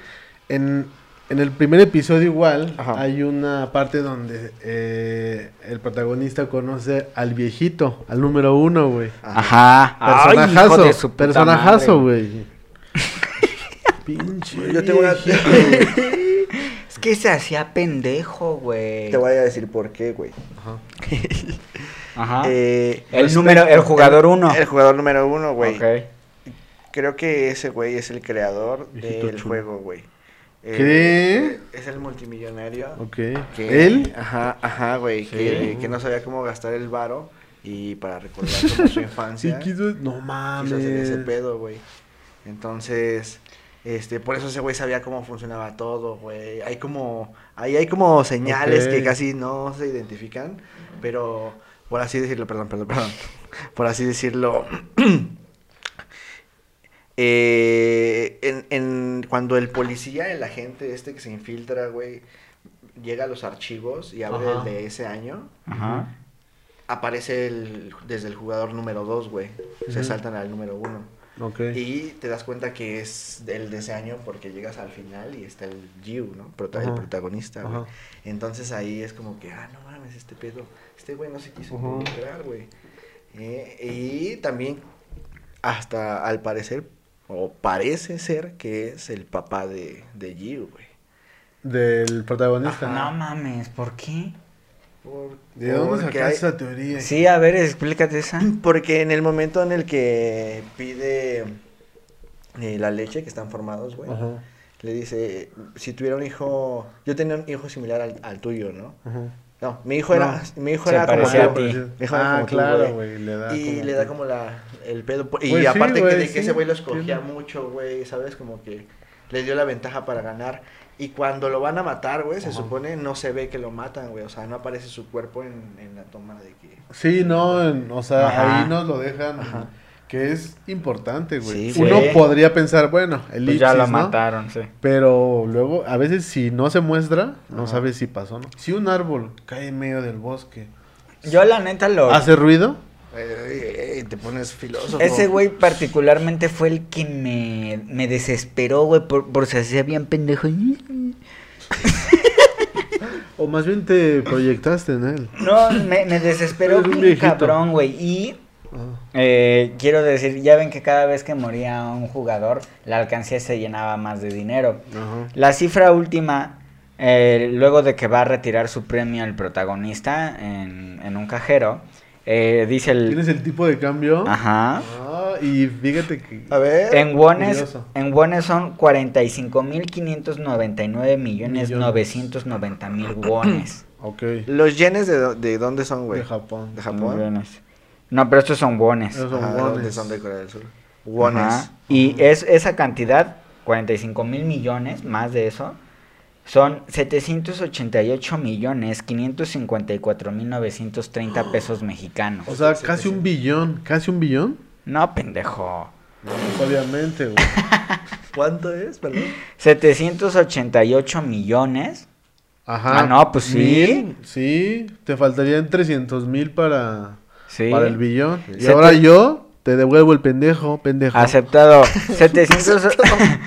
Speaker 2: en, en el primer episodio igual
Speaker 3: Ajá.
Speaker 2: hay una parte donde eh, el protagonista conoce al viejito, al número uno, güey.
Speaker 4: Ajá. Ay, hijo
Speaker 2: Personajazo,
Speaker 4: de su puta
Speaker 2: personajazo,
Speaker 4: madre.
Speaker 2: güey. Pinche.
Speaker 5: Yo tengo una-
Speaker 2: viejito, güey.
Speaker 4: Es Es que se hacía pendejo, güey.
Speaker 5: Te voy a decir por qué, güey.
Speaker 2: Ajá.
Speaker 4: Ajá.
Speaker 5: Eh,
Speaker 4: Ah. el
Speaker 5: respect-
Speaker 4: número, el jugador uno.
Speaker 5: El jugador número uno, güey.
Speaker 4: Ok.
Speaker 5: Creo que ese güey es el creador
Speaker 2: Hijito
Speaker 5: del
Speaker 2: chulo.
Speaker 5: juego, güey. Eh,
Speaker 2: ¿Qué?
Speaker 5: Es el multimillonario.
Speaker 2: Ok.
Speaker 5: que-
Speaker 2: ¿Él?
Speaker 5: Ajá, ajá, güey.
Speaker 2: Sí.
Speaker 5: Que, que no sabía cómo gastar el varo. Y para recordar como su
Speaker 2: Sí,
Speaker 5: infancia.
Speaker 2: quiso- No
Speaker 5: quiso hacer ese
Speaker 2: mames.
Speaker 5: pedo, güey. Entonces, este, por eso ese güey sabía cómo funcionaba todo, güey. Hay como, ahí hay como señales
Speaker 2: Ok.
Speaker 5: que casi no se identifican, pero por así decirlo, perdón, perdón, perdón. Por así decirlo, eh, en, en- cuando el policía, el agente este que se infiltra, güey, llega a los archivos y abre
Speaker 2: Ajá.
Speaker 5: el de ese año,
Speaker 4: Ajá.
Speaker 5: aparece el, desde el jugador número 2, güey. Se
Speaker 2: Ujú.
Speaker 5: saltan al número 1.
Speaker 2: Ok.
Speaker 5: Y te das cuenta que es el de ese año porque llegas al final y está el Giu, ¿no? Prota- El
Speaker 2: Ajá.
Speaker 5: protagonista, güey.
Speaker 2: Ajá.
Speaker 5: Entonces ahí es como que, ah, no mames, este pedo. Este güey no se quiso
Speaker 2: Ujú.
Speaker 5: involucrar, güey. Eh, y también, hasta al parecer, o parece ser que es el papá de, de Giu, güey.
Speaker 2: Del protagonista.
Speaker 4: No mames, ¿por qué?
Speaker 5: Por-
Speaker 2: ¿De dónde
Speaker 5: porque
Speaker 2: sacaste
Speaker 5: hay-
Speaker 2: esa teoría?
Speaker 4: Sí, a ver, explícate esa.
Speaker 5: Porque en el momento en el que pide eh, la leche que están formados, güey.
Speaker 2: Ajá.
Speaker 5: Le dice, si tuviera un hijo, yo tenía un hijo similar al, al tuyo, ¿no?
Speaker 2: Ajá.
Speaker 5: No, mi hijo era, mi hijo
Speaker 4: se
Speaker 5: era como
Speaker 4: parecía
Speaker 5: yo.
Speaker 4: a ti.
Speaker 5: Mi hijo era
Speaker 2: Ah,
Speaker 5: como tú,
Speaker 2: claro,
Speaker 5: güey.
Speaker 2: güey. Le da
Speaker 5: Y
Speaker 2: como
Speaker 5: le da
Speaker 2: que-
Speaker 5: como la, el pedo. por- Y
Speaker 2: Pues sí,
Speaker 5: aparte que,
Speaker 2: güey,
Speaker 5: de que
Speaker 2: sí,
Speaker 5: ese güey lo escogía
Speaker 2: entiendo.
Speaker 5: mucho, güey, ¿sabes? Como que le dio la ventaja para ganar. Y cuando lo van a matar, güey, se
Speaker 2: Ajá.
Speaker 5: supone no se ve que lo matan, güey. O sea, no aparece su cuerpo en, en la toma de que...
Speaker 2: Sí, no, en- o sea,
Speaker 4: Ajá.
Speaker 2: ahí nos lo dejan. Que es importante, güey.
Speaker 5: Sí,
Speaker 2: Uno
Speaker 4: güey.
Speaker 2: podría pensar, bueno, el
Speaker 4: Pues ya la
Speaker 2: ¿no?
Speaker 4: mataron, sí.
Speaker 2: Pero luego, a veces si no se muestra, no
Speaker 5: Ajá.
Speaker 2: sabes si pasó, ¿no? Si un árbol cae en medio del bosque,
Speaker 4: Yo la neta lo...
Speaker 2: ¿hace ruido?
Speaker 5: Eh, eh, te pones filósofo.
Speaker 4: Ese güey particularmente fue el que me, me desesperó, güey, por, por se hacía bien pendejo.
Speaker 2: O más bien te proyectaste en él.
Speaker 4: No, me, me desesperó
Speaker 2: Eres un
Speaker 4: bien
Speaker 2: viejito.
Speaker 4: cabrón, güey. Y
Speaker 2: Ah,
Speaker 4: eh, quiero decir, ya ven que cada vez que moría un jugador, la alcancía se llenaba más de dinero.
Speaker 2: Ajá.
Speaker 4: La cifra última, eh, luego de que va a retirar su premio el protagonista en, en un cajero, eh, dice el...
Speaker 2: ¿Tienes el tipo de cambio?
Speaker 4: Ajá.
Speaker 2: Ah, y fíjate que...
Speaker 5: A ver.
Speaker 4: En wones,
Speaker 2: Curioso.
Speaker 4: en wones son 45.599 millones
Speaker 2: Millones.
Speaker 4: 990 mil wones.
Speaker 2: Ok.
Speaker 5: ¿Los yenes de, do- de dónde son, güey?
Speaker 2: De Japón.
Speaker 5: ¿De Japón?
Speaker 4: Millones. No, pero estos son wones.
Speaker 2: Esos
Speaker 5: Ajá,
Speaker 2: son
Speaker 5: ¿de dónde
Speaker 2: wones.
Speaker 5: son de Corea del Sur? Wones.
Speaker 4: Ajá. Y es, esa cantidad, 45 mil millones, más de eso, son 788 millones 554 mil 930 pesos mexicanos.
Speaker 2: O sea,
Speaker 5: Sí, sí,
Speaker 2: casi
Speaker 5: sí.
Speaker 2: un billón. ¿Casi un billón?
Speaker 4: No, pendejo.
Speaker 2: Pues, obviamente, güey.
Speaker 5: ¿Cuánto es, perdón?
Speaker 4: 788 millones
Speaker 2: Ajá.
Speaker 4: Ah, no, pues sí.
Speaker 2: Mil, sí, te faltarían 300 mil para,
Speaker 4: Sí.
Speaker 2: para el billón. Y
Speaker 4: Se
Speaker 2: ahora
Speaker 4: te-
Speaker 2: yo te devuelvo el pendejo, pendejo.
Speaker 4: Aceptado. 700...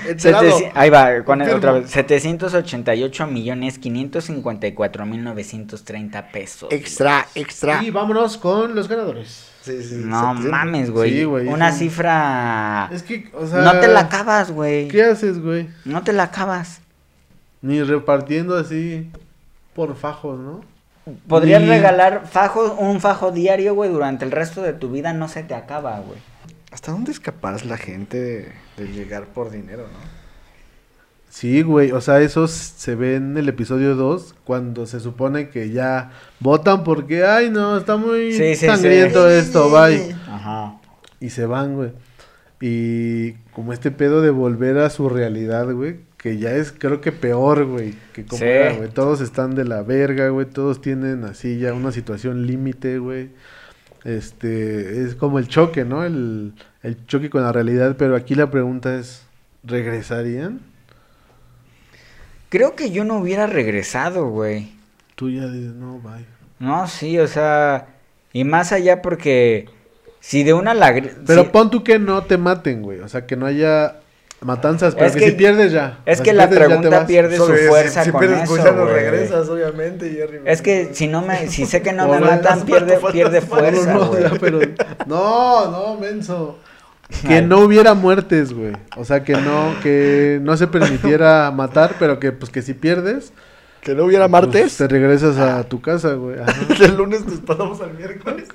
Speaker 2: Enterado.
Speaker 4: 700 Ahí va, con el-
Speaker 2: Enfermo.
Speaker 4: otra vez. 788 millones 554 mil 930 pesos. güey.
Speaker 5: Extra, extra.
Speaker 2: Y vámonos con los ganadores.
Speaker 5: Sí, sí,
Speaker 4: No
Speaker 5: se- se-
Speaker 4: mames, güey.
Speaker 2: Sí, güey,
Speaker 4: Una
Speaker 2: es un-
Speaker 4: cifra...
Speaker 2: Es que, o sea.
Speaker 4: Ah. no te la acabas, güey.
Speaker 2: ¿Qué haces, güey?
Speaker 4: No te la acabas.
Speaker 2: Ni repartiendo así por fajos, ¿no?
Speaker 4: Podrías
Speaker 2: Ni-
Speaker 4: regalar fajos, un fajo diario, güey, durante el resto de tu vida no se te acaba, güey.
Speaker 5: ¿Hasta dónde es capaz la gente de, de llegar por dinero, no?
Speaker 2: Sí, güey. O sea, eso s- se ve en el episodio 2 cuando se supone que ya votan porque, ay, no, está muy
Speaker 4: Sí, sí, sí.
Speaker 2: sangriento esto, bye.
Speaker 4: Ajá.
Speaker 2: Y se van, güey. Y como este pedo de volver a su realidad, güey. Que ya es, creo que peor, güey. Que como
Speaker 4: Sí.
Speaker 2: era, güey. Todos están de la verga, güey. Todos tienen así ya una situación límite, güey. Este, es como el choque, ¿no? El, el choque con la realidad. Pero aquí la pregunta es, ¿regresarían?
Speaker 4: Creo que yo no hubiera regresado, güey.
Speaker 2: Tú ya dices, no, bye.
Speaker 4: No, sí, o sea... Y más allá porque... Si de una lagre...
Speaker 2: Pero
Speaker 4: si-
Speaker 2: pon tú que no te maten, güey. O sea, que no haya matanzas. Pero
Speaker 4: Es
Speaker 2: que,
Speaker 4: que-
Speaker 2: si pierdes ya.
Speaker 4: es
Speaker 2: O sea,
Speaker 4: que
Speaker 2: si pierdes, ya
Speaker 4: la
Speaker 2: te
Speaker 4: pregunta
Speaker 2: vas.
Speaker 4: pierde su
Speaker 5: Sobre-
Speaker 4: fuerza
Speaker 5: si, si
Speaker 4: con
Speaker 5: pierdes
Speaker 4: eso,
Speaker 5: fuerza, no
Speaker 4: güey.
Speaker 5: regresas, obviamente, Jerry.
Speaker 4: Es que si no me... Si sé que no
Speaker 2: Por
Speaker 4: me
Speaker 2: eso,
Speaker 4: matan, pierde, pierde
Speaker 2: No,
Speaker 4: fuerza,
Speaker 2: no,
Speaker 4: güey.
Speaker 2: ya, pero- no, no, menso. que no hubiera muertes, güey. O sea, que no, que no se permitiera matar, pero que pues que si pierdes,
Speaker 3: Que no hubiera
Speaker 2: pues,
Speaker 3: martes.
Speaker 2: te regresas a tu casa, güey. Ajá.
Speaker 5: Del lunes nos pasamos al miércoles.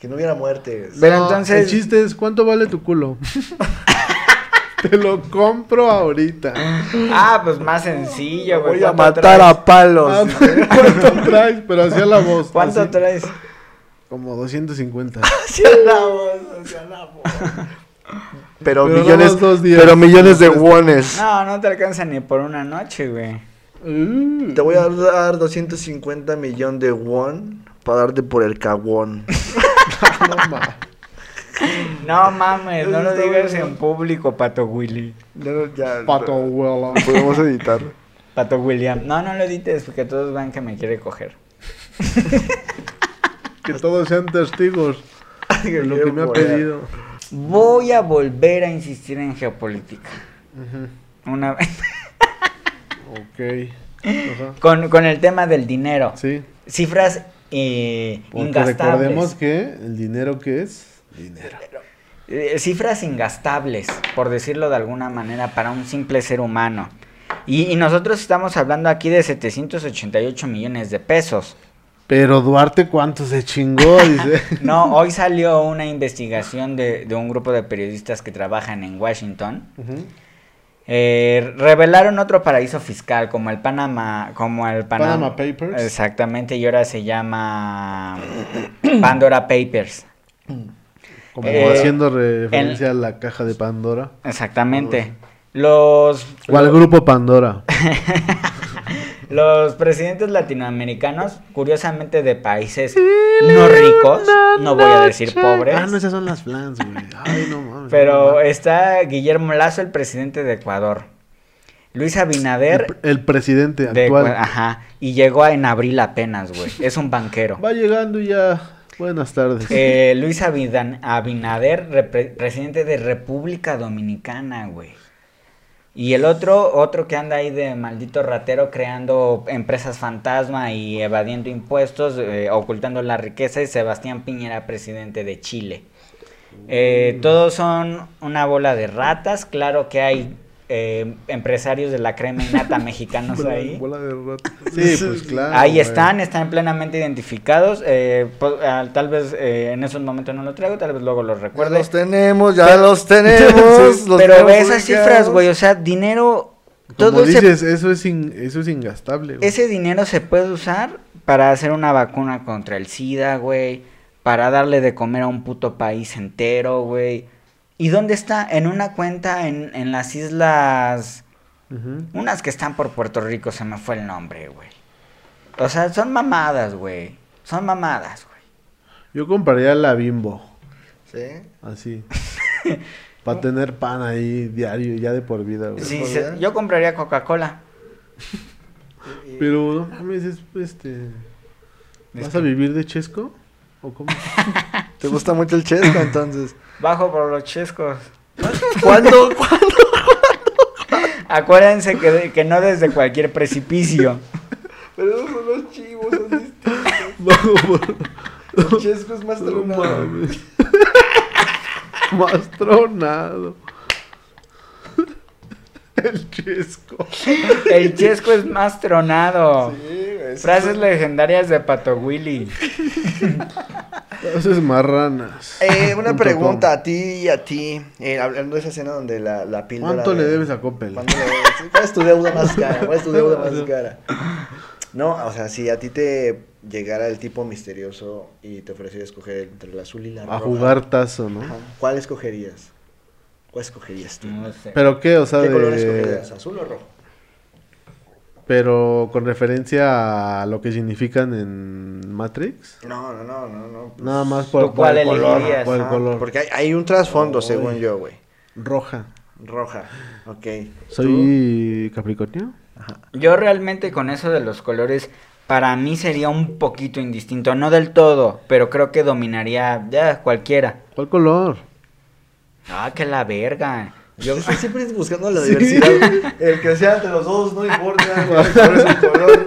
Speaker 5: que no hubiera muertes.
Speaker 4: Pero
Speaker 2: No,
Speaker 4: entonces-
Speaker 2: El chiste es, ¿cuánto vale tu culo? Te lo compro ahorita.
Speaker 4: Ah, pues más sencillo, güey.
Speaker 5: Voy a
Speaker 4: ¿Cuánto
Speaker 5: matar
Speaker 4: traes?
Speaker 5: a palos.
Speaker 2: Ah, pero ¿Cuánto traes? Pero hacía la voz.
Speaker 4: ¿Cuánto
Speaker 2: así,
Speaker 4: traes?
Speaker 2: Como 250.
Speaker 5: Hacia la voz, hacia la voz. Pero,
Speaker 2: Pero nada
Speaker 5: millones,
Speaker 2: más dos días.
Speaker 5: pero millones de wones.
Speaker 4: No, no te alcanza ni por una noche, güey.
Speaker 2: Uh,
Speaker 5: Te voy a dar 250 millones de won para darte por el cagón.
Speaker 2: no, ma.
Speaker 4: No mames, no
Speaker 5: Eso
Speaker 4: lo
Speaker 5: está
Speaker 4: digas
Speaker 5: bueno.
Speaker 4: en público, Pato Willy.
Speaker 2: Pato, abuelo.
Speaker 5: Podemos editar.
Speaker 4: Pato William. No, no lo edites porque todos van que me quiere coger.
Speaker 2: Que todos sean testigos de lo que me ha pedido.
Speaker 4: Voy a volver a insistir en geopolítica. Una vez.
Speaker 2: Ok. Ajá.
Speaker 4: Con, con el tema del dinero.
Speaker 2: Sí.
Speaker 4: Cifras eh,
Speaker 2: Porque recordemos
Speaker 4: ingastables.
Speaker 2: que el dinero que es. Dinero.
Speaker 4: Eh, cifras ingastables, por decirlo de alguna manera, para un simple ser humano. Y, y nosotros estamos hablando aquí de 788 millones de pesos.
Speaker 2: Pero Duarte, ¿cuánto se chingó? Dice.
Speaker 4: No, hoy salió una investigación de, de un grupo de periodistas que trabajan en Washington.
Speaker 2: Ujú.
Speaker 4: Eh, revelaron otro paraíso fiscal como el Panama, como el Panama,
Speaker 2: Panama Papers.
Speaker 4: Exactamente, y ahora se llama Pandora Papers.
Speaker 2: Como
Speaker 4: Eh,
Speaker 2: haciendo referencia a la caja de Pandora.
Speaker 4: Exactamente. Los
Speaker 2: ¿Cuál grupo Pandora?
Speaker 4: Los presidentes latinoamericanos, curiosamente de países no ricos, no voy a decir pobres,
Speaker 2: Ah, no, esas son las flans, güey. Ay, no mames.
Speaker 4: pero está Guillermo Lazo, el presidente de Ecuador. Luis
Speaker 2: el,
Speaker 4: Abinader
Speaker 2: el presidente
Speaker 4: de ah,
Speaker 2: actual
Speaker 4: Ecuador, ajá, y llegó a- en abril apenas, güey. Es un banquero.
Speaker 2: va llegando y ya. Buenas tardes.
Speaker 4: Eh, Luis Abidan- Abinader, repre- presidente de República Dominicana, güey. Y el otro, otro que anda ahí de maldito ratero creando empresas fantasma y evadiendo impuestos, eh, ocultando la riqueza, es Sebastián Piñera, presidente de Chile. Eh, todos son una bola de ratas, claro que hay eh, empresarios de la crema innata mexicanos ahí.
Speaker 2: Bola de rato. Sí, pues
Speaker 5: Ah,
Speaker 2: claro.
Speaker 4: Ahí
Speaker 2: güey.
Speaker 4: están, están plenamente identificados. eh, po- ah, tal vez eh, en esos momentos no lo traigo, tal vez luego lo
Speaker 5: Ya
Speaker 4: recuerde.
Speaker 5: los tenemos, ya los tenemos. los
Speaker 4: Pero
Speaker 5: tenemos
Speaker 4: ve
Speaker 5: ubicados.
Speaker 4: esas cifras, güey, o sea, dinero,
Speaker 2: Como
Speaker 4: todo ese,
Speaker 2: dices, eso, es in- eso es ingastable. güey.
Speaker 4: ese dinero se puede usar para hacer una vacuna contra el SIDA, güey, para darle de comer a un puto país entero, güey. ¿Y dónde está? En una cuenta en, en las islas...
Speaker 2: Ujú.
Speaker 4: Unas que están por Puerto Rico, se me fue el nombre, güey. O sea, son mamadas, güey. Son mamadas, güey.
Speaker 2: Yo compraría la bimbo.
Speaker 5: Sí.
Speaker 2: Así. Para tener pan ahí diario, ya de por vida, güey.
Speaker 4: Sí,
Speaker 5: ¿Coca-Cola?
Speaker 4: se- yo compraría Coca-Cola.
Speaker 2: Pero no mames, es este. ¿Vas a vivir de Chesco? ¿O cómo?
Speaker 5: ¿Te gusta mucho el chesco entonces?
Speaker 4: Bajo por los chescos.
Speaker 5: ¿Cuándo?
Speaker 4: Acuérdense que, de- que no desde cualquier precipicio.
Speaker 5: Pero esos son los chivos, son distintos.
Speaker 2: Bajo por-
Speaker 5: El chesco es más
Speaker 2: No
Speaker 5: tronado.
Speaker 2: mames. Más tronado. El Chesco.
Speaker 4: El chesco es más tronado.
Speaker 5: Sí, güey,
Speaker 4: Frases legendarias de Pato Willy.
Speaker 2: Entonces marranas.
Speaker 5: Eh, una
Speaker 2: Punto
Speaker 5: pregunta a ti y a ti. Eh, hablando de esa escena donde la, la
Speaker 2: com.
Speaker 5: píldora.
Speaker 2: ¿Cuánto le
Speaker 5: de-
Speaker 2: debes a Coppel?
Speaker 5: ¿Cuánto le debes? ¿Cuál es tu deuda más cara? ¿Cuál es tu deuda más cara? No, o sea, si a ti te llegara el tipo misterioso y te ofreciera escoger entre el azul y la
Speaker 2: A
Speaker 5: roja,
Speaker 2: jugar tazo, ¿no?
Speaker 5: ajá, ¿Cuál escogerías? ¿Cuál escogerías tú?
Speaker 4: No sé.
Speaker 2: ¿Pero qué? O sea,
Speaker 5: ¿Qué color
Speaker 2: Mm, de...
Speaker 5: escogerías? ¿Azul o rojo?
Speaker 2: Pero con referencia a lo que significan en Matrix.
Speaker 5: No, no, no, no, no. pues,
Speaker 2: Nada más
Speaker 4: ¿Tú
Speaker 2: por, por
Speaker 4: cuál
Speaker 2: el color.
Speaker 4: elegirías?
Speaker 2: Por el
Speaker 5: ah,
Speaker 2: color.
Speaker 5: Porque hay, hay un trasfondo,
Speaker 2: Oy.
Speaker 5: según yo, güey.
Speaker 2: Roja.
Speaker 5: Roja, ok.
Speaker 2: ¿Soy Capricornio?
Speaker 4: Yo realmente con eso de los colores, para mí sería un poquito indistinto. No del todo, pero creo que dominaría ya cualquiera.
Speaker 2: ¿Cuál color?
Speaker 4: Ah, que la verga. Yo...
Speaker 5: Estás siempre es buscando la diversidad. El que sea entre los dos, no importa. el color es el color.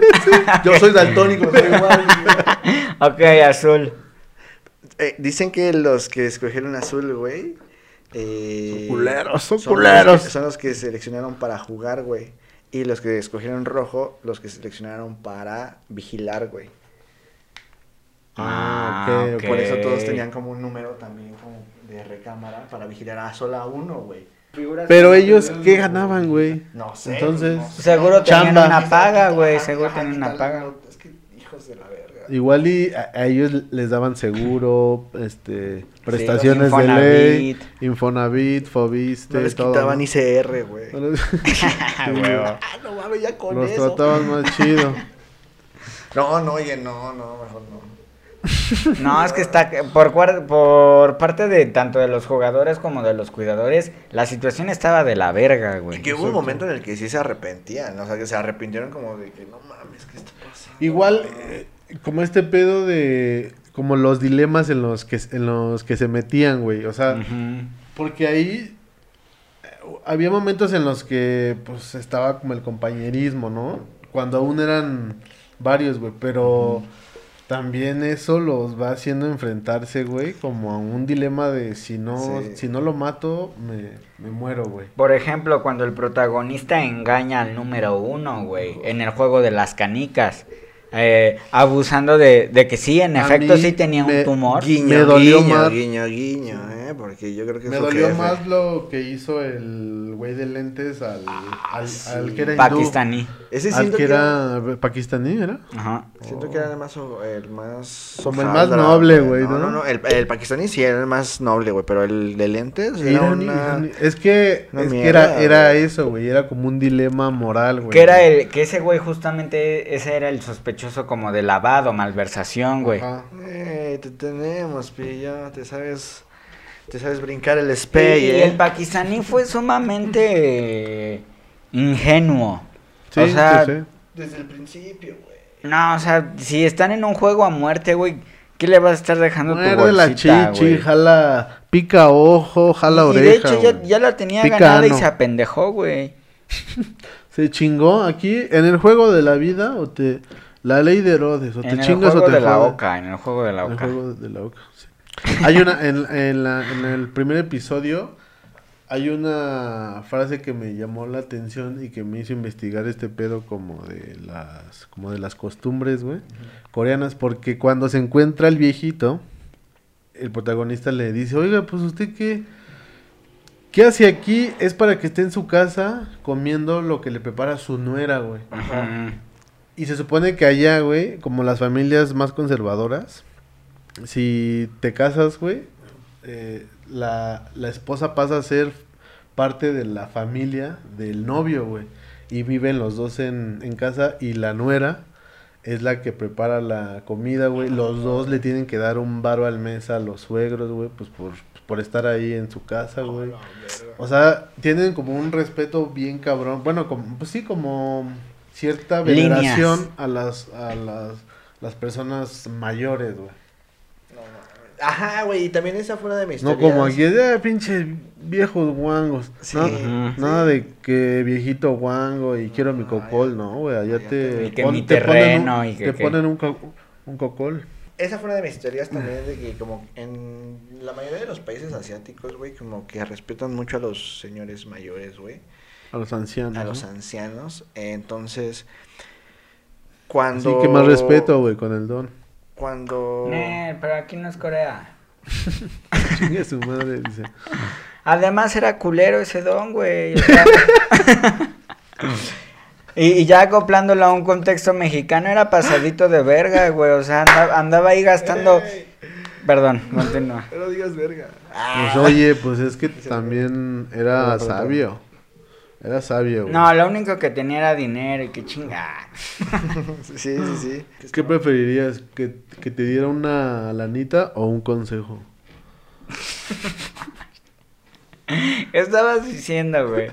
Speaker 5: Yo soy daltónico, soy igual.
Speaker 4: ok, azul.
Speaker 5: eh, dicen que los que escogieron azul, güey. eh,
Speaker 3: Son culeros, son
Speaker 5: los
Speaker 3: culeros.
Speaker 5: que- Son los, que, seleccionaron para jugar, güey. Y los que escogieron rojo, los que seleccionaron para vigilar, güey.
Speaker 2: Ah, ok,
Speaker 5: Por eso todos
Speaker 4: ok.
Speaker 5: tenían como un número también como de recámara para vigilar a solo a uno, güey.
Speaker 2: Pero ellos, ¿qué ganaban, güey?
Speaker 5: No sé. pues,
Speaker 2: Entonces-
Speaker 5: no sé.
Speaker 4: Seguro tenían
Speaker 2: Chamba.
Speaker 4: una paga, güey.
Speaker 5: Ajá,
Speaker 4: Seguro
Speaker 5: ajá,
Speaker 4: tenían una
Speaker 5: tal,
Speaker 4: paga.
Speaker 5: no, Es que hijos de la verga.
Speaker 2: Igual y a, a ellos les daban seguro, este, prestaciones de
Speaker 4: Infonavit.
Speaker 2: ley, Infonavit, Fobiste,
Speaker 5: No les
Speaker 2: todo,
Speaker 5: quitaban
Speaker 2: ¿no?
Speaker 5: ICR, güey.
Speaker 2: No les-
Speaker 4: Ah, huevo.
Speaker 5: Ah, no mames, ya con
Speaker 2: Los
Speaker 5: eso.
Speaker 2: trataban más chido.
Speaker 5: No, no, oye, no, no, mejor no.
Speaker 4: No, es que está por, cuar- por parte de tanto de los jugadores como de los cuidadores, la situación estaba de la verga, güey.
Speaker 5: Y que hubo un momento en el que sí se arrepentían, o sea, que se arrepintieron como de que no mames, ¿qué está pasando?
Speaker 2: Igual, eh, como este pedo de, como los dilemas en los que, en los que se metían, güey, o sea,
Speaker 4: Ujú.
Speaker 2: Porque ahí eh, había momentos en los que pues estaba como el compañerismo, ¿no? Cuando aún eran varios, güey, pero también eso los va haciendo enfrentarse, güey, como a un dilema de si no
Speaker 5: Sí.
Speaker 2: si no lo mato me, me muero, güey.
Speaker 4: Por ejemplo, cuando el protagonista engaña al número uno, güey, en el juego de las canicas, eh, abusando de, de que sí, en
Speaker 2: A
Speaker 4: efecto
Speaker 2: mí
Speaker 4: sí tenía un
Speaker 2: me-
Speaker 4: tumor.
Speaker 2: gui- Me dolió
Speaker 5: guiño,
Speaker 2: más.
Speaker 5: Guiño, guiño, eh, porque yo creo que
Speaker 2: Me
Speaker 5: su
Speaker 2: dolió
Speaker 5: jefe-
Speaker 2: más lo que hizo el güey de lentes al, al, al que era hindú.
Speaker 4: Pakistaní.
Speaker 5: Ese
Speaker 2: Al
Speaker 5: siento
Speaker 2: que era pakistaní, ¿era?
Speaker 4: Ajá.
Speaker 5: Siento que era el más, o- el más...
Speaker 2: Como el más noble, güey,
Speaker 5: No,
Speaker 2: ¿no?
Speaker 5: no, no, el, el pakistaní sí era el más noble, güey, pero el de lentes era
Speaker 2: Era un-
Speaker 5: una...
Speaker 2: Es que,
Speaker 5: una
Speaker 2: es que
Speaker 5: mierda,
Speaker 2: era, era
Speaker 5: güey.
Speaker 2: eso, güey. Era como un dilema moral, güey.
Speaker 4: Que era el, que ese güey justamente, ese era el sospechoso como de lavado, malversación, güey.
Speaker 2: Ajá.
Speaker 5: Ey, Eh, te tenemos, pillo, te sabes... Te sabes brincar el
Speaker 4: Y,
Speaker 5: spey,
Speaker 4: y
Speaker 5: eh.
Speaker 4: el pakistaní fue sumamente eh, ingenuo.
Speaker 2: Sí,
Speaker 4: o sea,
Speaker 2: sí, sí.
Speaker 5: Desde el principio, güey.
Speaker 4: no, o sea, si están en un juego a muerte, güey, ¿qué le vas a estar dejando tu
Speaker 2: Muerde
Speaker 4: bolsita,
Speaker 2: la chichi,
Speaker 4: güey?
Speaker 2: jala, pica ojo, jala
Speaker 4: y
Speaker 2: oreja.
Speaker 4: de hecho ya,
Speaker 2: güey.
Speaker 4: ya la tenía
Speaker 2: Pica
Speaker 4: ganada y
Speaker 2: ano.
Speaker 4: se apendejó, güey.
Speaker 2: Se chingó aquí en el juego de la vida o te la ley de Herodes o Pues te
Speaker 4: En el
Speaker 2: chingas
Speaker 4: juego
Speaker 2: o te
Speaker 4: de la
Speaker 2: jodes.
Speaker 4: oca, en el juego de la
Speaker 2: El
Speaker 4: oca.
Speaker 2: juego de la oca, sí. Hay una en, en la- en el primer episodio hay una frase que me llamó la atención y que me hizo investigar este pedo como de las como de las costumbres, güey, coreanas, porque cuando se encuentra el viejito, el protagonista le dice, "Oiga, pues usted qué ¿Qué hace aquí? Es para que esté en su casa comiendo lo que le prepara su nuera, güey.
Speaker 4: Ajá.
Speaker 2: Y se supone que allá, güey, como las familias más conservadoras, si te casas, güey, eh, la, la esposa pasa a ser parte de la familia del novio, güey. Y viven los dos en, en casa y la nuera es la que prepara la comida, güey. Los dos le tienen que dar un varo al mes a los suegros, güey, pues por, por estar ahí en su casa, güey. O sea, tienen como un respeto bien cabrón. Bueno, como, pues sí, como cierta
Speaker 4: Líneas.
Speaker 2: veneración a las a las, las personas mayores, güey.
Speaker 5: Ajá, güey, y también esa fue una de mis
Speaker 2: No
Speaker 5: teorías.
Speaker 2: como aquí, ah, pinches viejos guangos.
Speaker 5: Sí.
Speaker 2: No,
Speaker 4: Ujú.
Speaker 2: Nada de que viejito guango y quiero
Speaker 4: Ah,
Speaker 2: mi cocol, no, güey. Allá te,
Speaker 4: Y que mi
Speaker 2: te
Speaker 4: terreno
Speaker 2: ponen un,
Speaker 4: y que-
Speaker 2: te
Speaker 4: que-
Speaker 2: ponen un, co- un cocol.
Speaker 5: Esa fue una de mis teorías también de que como en la mayoría de los países asiáticos, güey, como que respetan mucho a los señores mayores, güey,
Speaker 2: A los ancianos.
Speaker 5: a los
Speaker 2: ¿no?
Speaker 5: ancianos. Entonces, cuando...
Speaker 2: Así que más respeto, güey, con el don.
Speaker 5: Cuando...
Speaker 4: Nel, pero aquí no es Corea.
Speaker 2: Chingue su madre, dice.
Speaker 4: Además era culero ese don, güey. o sea. y, y ya acoplándolo a un contexto mexicano era pasadito de verga, güey. O sea, anda- andaba ahí gastando... Perdón, continúa.
Speaker 5: No digas verga.
Speaker 4: Ah.
Speaker 2: Pues oye, pues es que también era sabio. Era sabio, güey.
Speaker 4: No, lo único que tenía era dinero y que chinga.
Speaker 5: Sí, sí, sí.
Speaker 2: ¿Qué preferirías? ¿Que, ¿Que te diera una lanita o un consejo?
Speaker 4: Estabas diciendo, güey.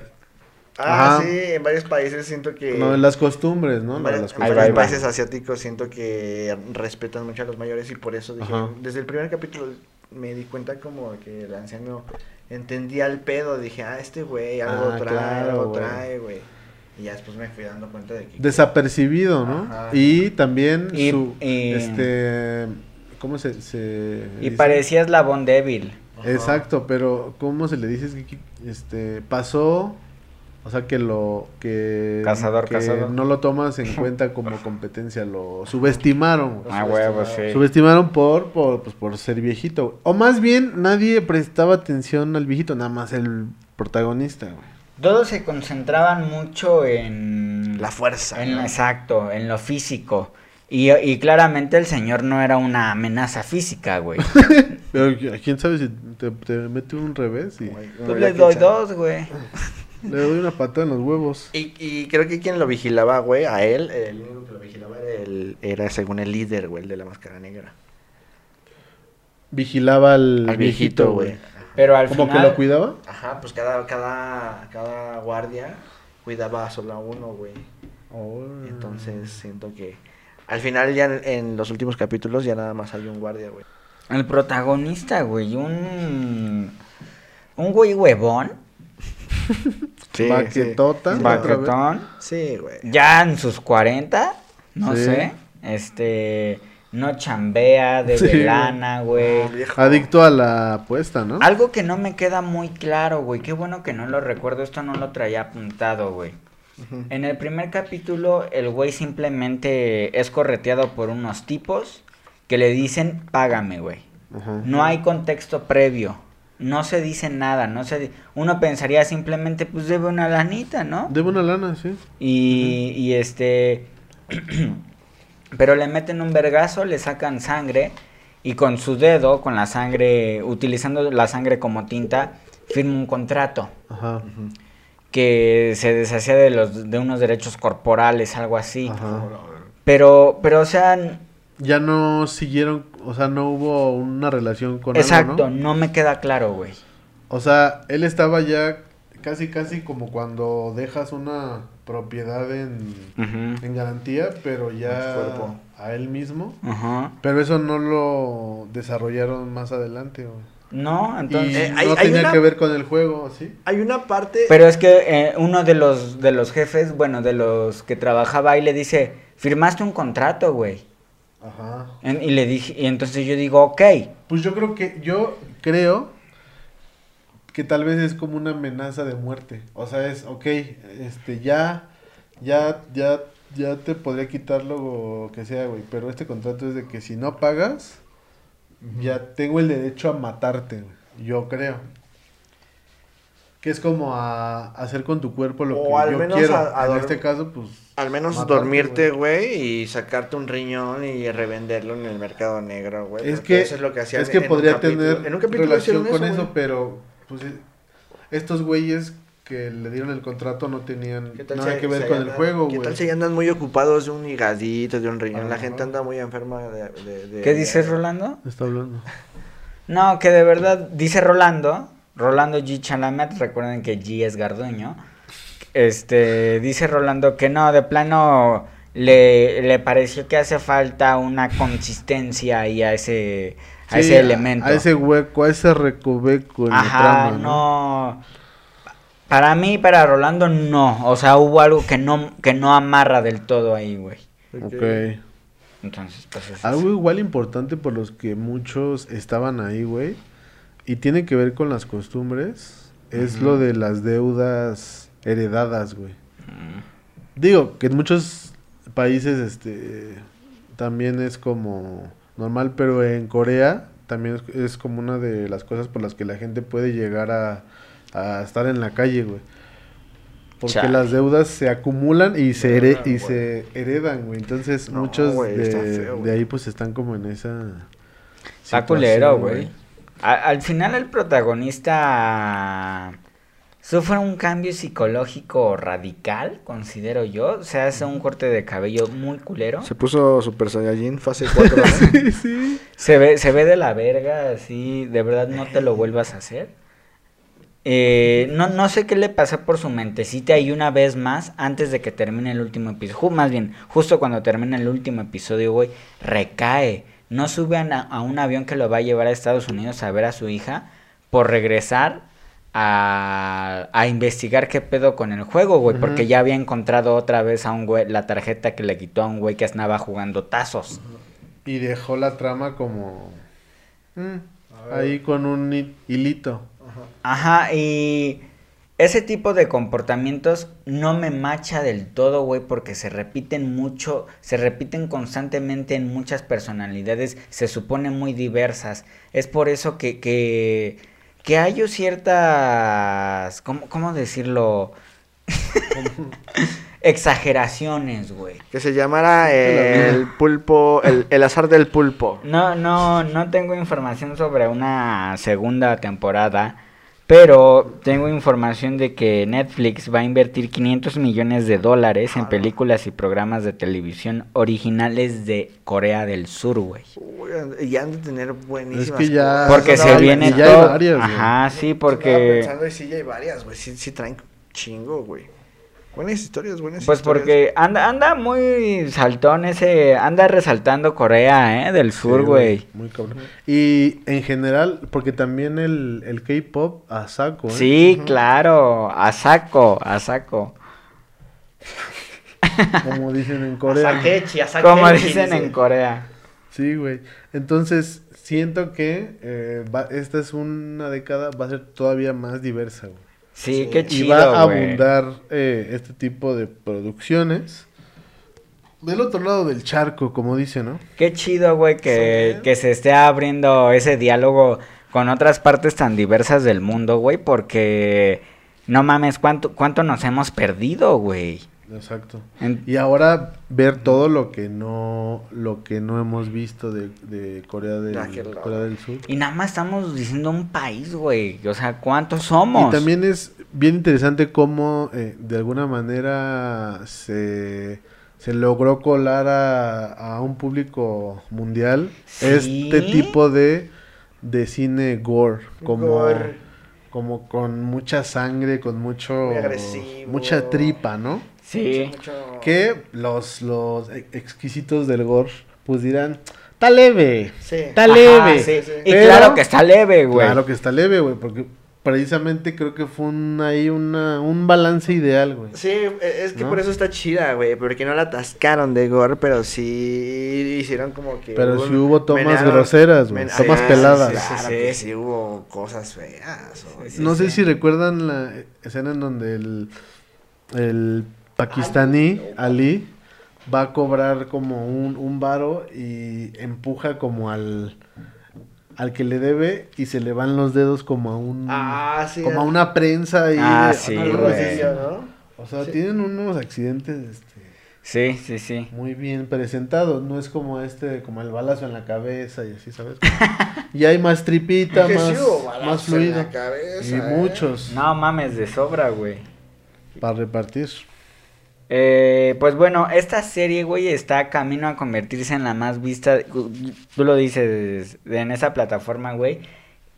Speaker 5: Ah,
Speaker 2: Ajá.
Speaker 5: sí, en varios países siento que...
Speaker 2: No, en las costumbres, ¿no? No,
Speaker 5: En varios,
Speaker 2: las
Speaker 5: en
Speaker 4: Ahí
Speaker 5: varios
Speaker 4: va, ahí va.
Speaker 5: países asiáticos siento que respetan mucho a los mayores y por eso dije,
Speaker 2: Ajá.
Speaker 5: desde el primer capítulo me di cuenta como que el anciano entendía el pedo, dije, ah, este güey algo
Speaker 2: Ah,
Speaker 5: trae,
Speaker 2: claro,
Speaker 5: algo
Speaker 2: güey.
Speaker 5: trae, güey. Y ya después me fui dando cuenta de que...
Speaker 2: desapercibido, ¿no?
Speaker 5: Ajá.
Speaker 2: Y también
Speaker 4: Y-
Speaker 2: su
Speaker 4: y-
Speaker 2: este ¿Cómo se, se
Speaker 4: Y
Speaker 2: dice?
Speaker 4: parecías la Bon Devil.
Speaker 2: Exacto, pero ¿cómo se le dice? Es que qui- este, pasó, o sea, que lo, que...
Speaker 4: Cazador,
Speaker 2: que
Speaker 4: cazado.
Speaker 2: no lo tomas en cuenta como competencia, lo subestimaron. güey.
Speaker 4: Ah, huevo, sí.
Speaker 2: Subestimaron por, por, pues, por ser viejito, güey. O más bien, nadie prestaba atención al viejito, nada más el protagonista, güey.
Speaker 4: Todos se concentraban mucho en...
Speaker 5: La fuerza.
Speaker 4: En-
Speaker 5: ¿no?
Speaker 4: exacto, en lo físico. Y, y claramente el señor no era una amenaza física, güey.
Speaker 2: Pero ¿a quién sabe si te, te mete un revés y
Speaker 5: Güey,
Speaker 4: Yo
Speaker 5: como
Speaker 4: Pues les
Speaker 5: Jackie
Speaker 4: doy
Speaker 5: Chan.
Speaker 4: dos, güey.
Speaker 2: le doy una patada en los huevos.
Speaker 5: Y, y creo que quien lo vigilaba, güey, a él, el único que lo vigilaba era, el- era según el líder, güey, el de la máscara negra.
Speaker 2: Vigilaba al,
Speaker 5: Al viejito, güey.
Speaker 4: Pero al
Speaker 2: ¿Como que
Speaker 4: final...
Speaker 2: lo cuidaba?
Speaker 5: Ajá, pues cada, cada, cada guardia cuidaba solo a uno, güey. Entonces siento que al final ya en, en los últimos capítulos ya nada más hay un guardia, güey.
Speaker 4: El protagonista, güey, un... Un güey huevón,
Speaker 5: Sí,
Speaker 2: Baquetota.
Speaker 5: sí.
Speaker 2: Baque-
Speaker 5: Otra vez.
Speaker 4: baquetón,
Speaker 5: Sí, güey.
Speaker 4: ya en sus 40, no
Speaker 2: Sí.
Speaker 4: sé, este... No chambea de
Speaker 2: Sí, güey. Ah,
Speaker 4: velana, güey.
Speaker 2: Adicto a la apuesta, ¿no?
Speaker 4: Algo que no me queda muy claro, güey. Qué bueno que no lo recuerdo. Esto no lo traía apuntado, güey. En el primer capítulo, el güey simplemente es correteado por unos tipos que le dicen, págame, güey.
Speaker 2: Ajá.
Speaker 4: No hay contexto previo. No se dice nada. No se... di- Uno pensaría simplemente, pues debe una lanita, ¿no?
Speaker 2: Debo una lana, sí.
Speaker 4: Y, y este. pero le meten un vergazo, le sacan sangre. Y con su dedo, con la sangre, utilizando la sangre como tinta, firma un contrato
Speaker 2: Ajá.
Speaker 4: que se deshacía de los de unos derechos corporales, algo así.
Speaker 2: Ajá.
Speaker 4: Pero, pero, o sea, n-
Speaker 2: Ya no siguieron, o sea, no hubo una relación con
Speaker 4: exacto,
Speaker 2: algo, ¿no?
Speaker 4: ¿no? me queda claro, güey.
Speaker 2: O sea, él estaba ya casi, casi como cuando dejas una propiedad en, en garantía, pero
Speaker 5: En
Speaker 2: ya
Speaker 5: su cuerpo.
Speaker 2: a él mismo.
Speaker 4: Ajá.
Speaker 2: Pero eso no lo desarrollaron más adelante, güey.
Speaker 4: No,
Speaker 2: Y
Speaker 4: entonces.
Speaker 5: Eh, hay-
Speaker 2: no
Speaker 5: hay
Speaker 2: tenía
Speaker 5: una-
Speaker 2: que ver con el juego, ¿sí?
Speaker 5: Hay una parte...
Speaker 4: Pero es que eh, uno de los, de los jefes, bueno, de los que trabajaba ahí le dice, firmaste un contrato, güey.
Speaker 2: Ajá.
Speaker 4: En- y le dije, y entonces yo digo, ok,
Speaker 2: Pues yo creo que, yo creo que tal vez es como una amenaza de muerte. O sea, es, ok, este, ya, ya, ya, ya te podría quitarlo o que sea, güey. Pero este contrato es de que si no pagas, ya tengo el derecho a matarte, güey. Yo creo. Que es como a hacer con tu cuerpo lo
Speaker 5: O
Speaker 2: que
Speaker 5: al
Speaker 2: yo
Speaker 5: menos
Speaker 2: quiero.
Speaker 5: a- a
Speaker 2: en
Speaker 5: dor-
Speaker 2: este caso, pues.
Speaker 5: Al menos
Speaker 2: Matarte,
Speaker 5: dormirte, güey, y sacarte un riñón y revenderlo en el mercado negro, güey.
Speaker 2: Es
Speaker 5: Porque
Speaker 2: que,
Speaker 5: eso es lo que hacían
Speaker 2: es que
Speaker 5: en un
Speaker 2: podría
Speaker 5: capítulo.
Speaker 2: tener
Speaker 5: En un capítulo
Speaker 2: relación
Speaker 5: hicieron
Speaker 2: con eso,
Speaker 5: güey.
Speaker 2: pero pues, eh, estos güeyes que le dieron el contrato no tenían
Speaker 5: ¿Qué tal
Speaker 2: nada
Speaker 5: si-
Speaker 2: que ver
Speaker 5: si
Speaker 2: con
Speaker 5: ahí
Speaker 2: el
Speaker 5: andan-
Speaker 2: juego,
Speaker 5: ¿Qué
Speaker 2: güey.
Speaker 5: tal si ahí andan muy ocupados de un higadito, de un riñón? La
Speaker 2: Ajá.
Speaker 5: gente anda muy enferma de... de- de-
Speaker 4: ¿qué dices,
Speaker 5: de-
Speaker 4: Rolando?
Speaker 2: Está hablando.
Speaker 4: No, que de verdad, dice Rolando, Rolando G. Chalamet, recuerden que G es Garduño, este, dice Rolando que no, de plano le, le pareció que hace falta una consistencia ahí a ese, a
Speaker 2: Sí,
Speaker 4: ese elemento.
Speaker 2: A ese hueco, a ese recoveco en la
Speaker 4: Ajá,
Speaker 2: trama,
Speaker 4: no. Para mí, para Rolando, no. O sea, hubo algo que no, que no amarra del todo ahí, güey.
Speaker 2: Ok.
Speaker 4: Entonces, pues es eso.
Speaker 2: Algo igual importante por los que muchos estaban ahí, güey, y tiene que ver con las costumbres, es lo de las deudas heredadas, güey. Digo, que en muchos países este también es como normal, pero en Corea también es, es como una de las cosas por las que la gente puede llegar a, a estar en la calle, güey. Porque
Speaker 4: Chale.
Speaker 2: las deudas se acumulan y se, here- y se heredan, güey. Entonces,
Speaker 5: No,
Speaker 2: muchos
Speaker 5: güey,
Speaker 2: de,
Speaker 5: está feo, güey.
Speaker 2: de ahí pues están como en esa...
Speaker 4: Está
Speaker 2: situación,
Speaker 4: culero, güey. A- Al final, el protagonista sufre un cambio psicológico radical, considero yo. Se hace un corte de cabello muy culero.
Speaker 5: Se puso Super Saiyajin fase 4.
Speaker 2: Sí, sí.
Speaker 4: Se ve, se ve de la verga, así, de verdad no te lo vuelvas a hacer. Eh, no, no sé qué le pasa por su mentecita y una vez más, antes de que termine el último episodio, más bien, justo cuando termina el último episodio, güey, recae. No sube a, na- a un avión que lo va a llevar a Estados Unidos a ver a su hija por regresar a, a investigar qué pedo con el juego, güey, porque ya había encontrado otra vez a un güey, la tarjeta que le quitó a un güey que estaba jugando tazos.
Speaker 2: Y dejó la trama como... mm, ahí con un hi- hilito.
Speaker 4: Ajá, y ese tipo de comportamientos no me macha del todo, güey, porque se repiten mucho, se repiten constantemente en muchas personalidades, se supone muy diversas. Es por eso que, que, que hay o ciertas, ¿cómo, cómo decirlo? Exageraciones, güey.
Speaker 5: Que se llamara eh, el pulpo, el, el azar del pulpo.
Speaker 4: No, no, no tengo información sobre una segunda temporada, pero tengo información de que Netflix va a invertir 500 millones de dólares
Speaker 2: Ah,
Speaker 4: en películas y programas de televisión originales de Corea del Sur, güey.
Speaker 5: Uy, y han de tener buenísimas.
Speaker 2: Es que ya-
Speaker 5: cosas.
Speaker 4: Porque
Speaker 2: eso
Speaker 4: se
Speaker 2: Ah, no,
Speaker 4: viene
Speaker 2: y ya hay
Speaker 4: todo.
Speaker 2: varias, güey.
Speaker 4: Ajá, sí,
Speaker 5: Estaba
Speaker 4: porque
Speaker 5: pensando y sí, ya hay varias, güey. Sí, sí traen chingo, güey. Buenas historias, buenas
Speaker 4: pues
Speaker 5: historias.
Speaker 4: porque anda anda muy saltón ese, anda resaltando Corea, eh, del sur,
Speaker 2: Sí,
Speaker 4: güey.
Speaker 2: Muy cabrón. Y en general, porque también el, el K-pop a saco, ¿eh?
Speaker 4: Sí, claro, a saco, a saco.
Speaker 2: Como dicen en Corea.
Speaker 4: Como dicen en Corea.
Speaker 2: Sí, güey. Entonces, siento que eh, va- esta es una década, va a ser todavía más diversa, güey.
Speaker 4: Sí,
Speaker 5: Sí.
Speaker 4: qué
Speaker 2: Y
Speaker 4: chido.
Speaker 2: va a
Speaker 4: güey.
Speaker 2: abundar eh, este tipo de producciones. Del otro lado del charco, como dice, ¿no?
Speaker 4: Qué chido, güey, que, que se esté abriendo ese diálogo con otras partes tan diversas del mundo, güey, porque no mames, ¿cuánto, cuánto nos hemos perdido, güey?
Speaker 2: Exacto.
Speaker 4: En-
Speaker 2: Y ahora ver todo lo que no, lo que no hemos visto de, de Corea del,
Speaker 5: Ah, qué loco.
Speaker 2: Corea del Sur.
Speaker 4: Y nada más estamos diciendo un país, güey. O sea, ¿cuántos somos?
Speaker 2: Y también es bien interesante cómo eh, de alguna manera se, se logró colar a, a un público mundial
Speaker 4: Sí.
Speaker 2: este tipo de, de cine gore, como,
Speaker 5: Gore.
Speaker 2: como con mucha sangre, con mucho
Speaker 5: Muy agresivo.
Speaker 2: mucha tripa, ¿no?
Speaker 4: Sí.
Speaker 5: Mucho-
Speaker 2: Que los, los e- exquisitos del gore pues dirán, está leve,
Speaker 5: Sí.
Speaker 2: está
Speaker 4: Ajá,
Speaker 2: leve.
Speaker 4: sí. Y
Speaker 2: Pero-
Speaker 4: claro que está leve, güey.
Speaker 2: Claro que está leve, güey, porque precisamente creo que fue un, ahí una, un balance ideal, güey.
Speaker 5: Sí, e- es que
Speaker 2: ¿No?
Speaker 5: por eso está chida, güey. Porque no la atascaron de gore, pero sí hicieron como que.
Speaker 2: Pero
Speaker 5: si
Speaker 2: sí hubo tomas groseras, güey, tomas peladas.
Speaker 5: ah, Sí, claro
Speaker 4: Sí,
Speaker 5: que
Speaker 4: sí.
Speaker 5: sí hubo cosas feas. güey.
Speaker 2: no sé si recuerdan la escena en donde el, el pakistaní Ali va a cobrar como un, un varo y empuja como al al que le debe y se le van los dedos como a un
Speaker 5: Ah, sí.
Speaker 2: como a una prensa ahí
Speaker 4: Ah,
Speaker 2: de-
Speaker 4: sí,
Speaker 2: algo
Speaker 4: güey.
Speaker 2: así,
Speaker 5: ¿no?
Speaker 2: o sea tienen unos accidentes este,
Speaker 4: Sí, sí, sí.
Speaker 2: muy bien presentado. No es como este, como el balazo en la cabeza y así, ¿sabes? y hay más tripita,
Speaker 5: Que
Speaker 2: más,
Speaker 5: sí hubo
Speaker 2: más
Speaker 5: balazos en
Speaker 2: fluido.
Speaker 5: la cabeza,
Speaker 2: y
Speaker 5: ¿eh?
Speaker 2: muchos
Speaker 4: No mames, de sobra, güey.
Speaker 2: para repartir.
Speaker 4: Eh, pues bueno, esta serie, güey, está camino a convertirse en la más vista. Tú lo dices en esa plataforma, güey.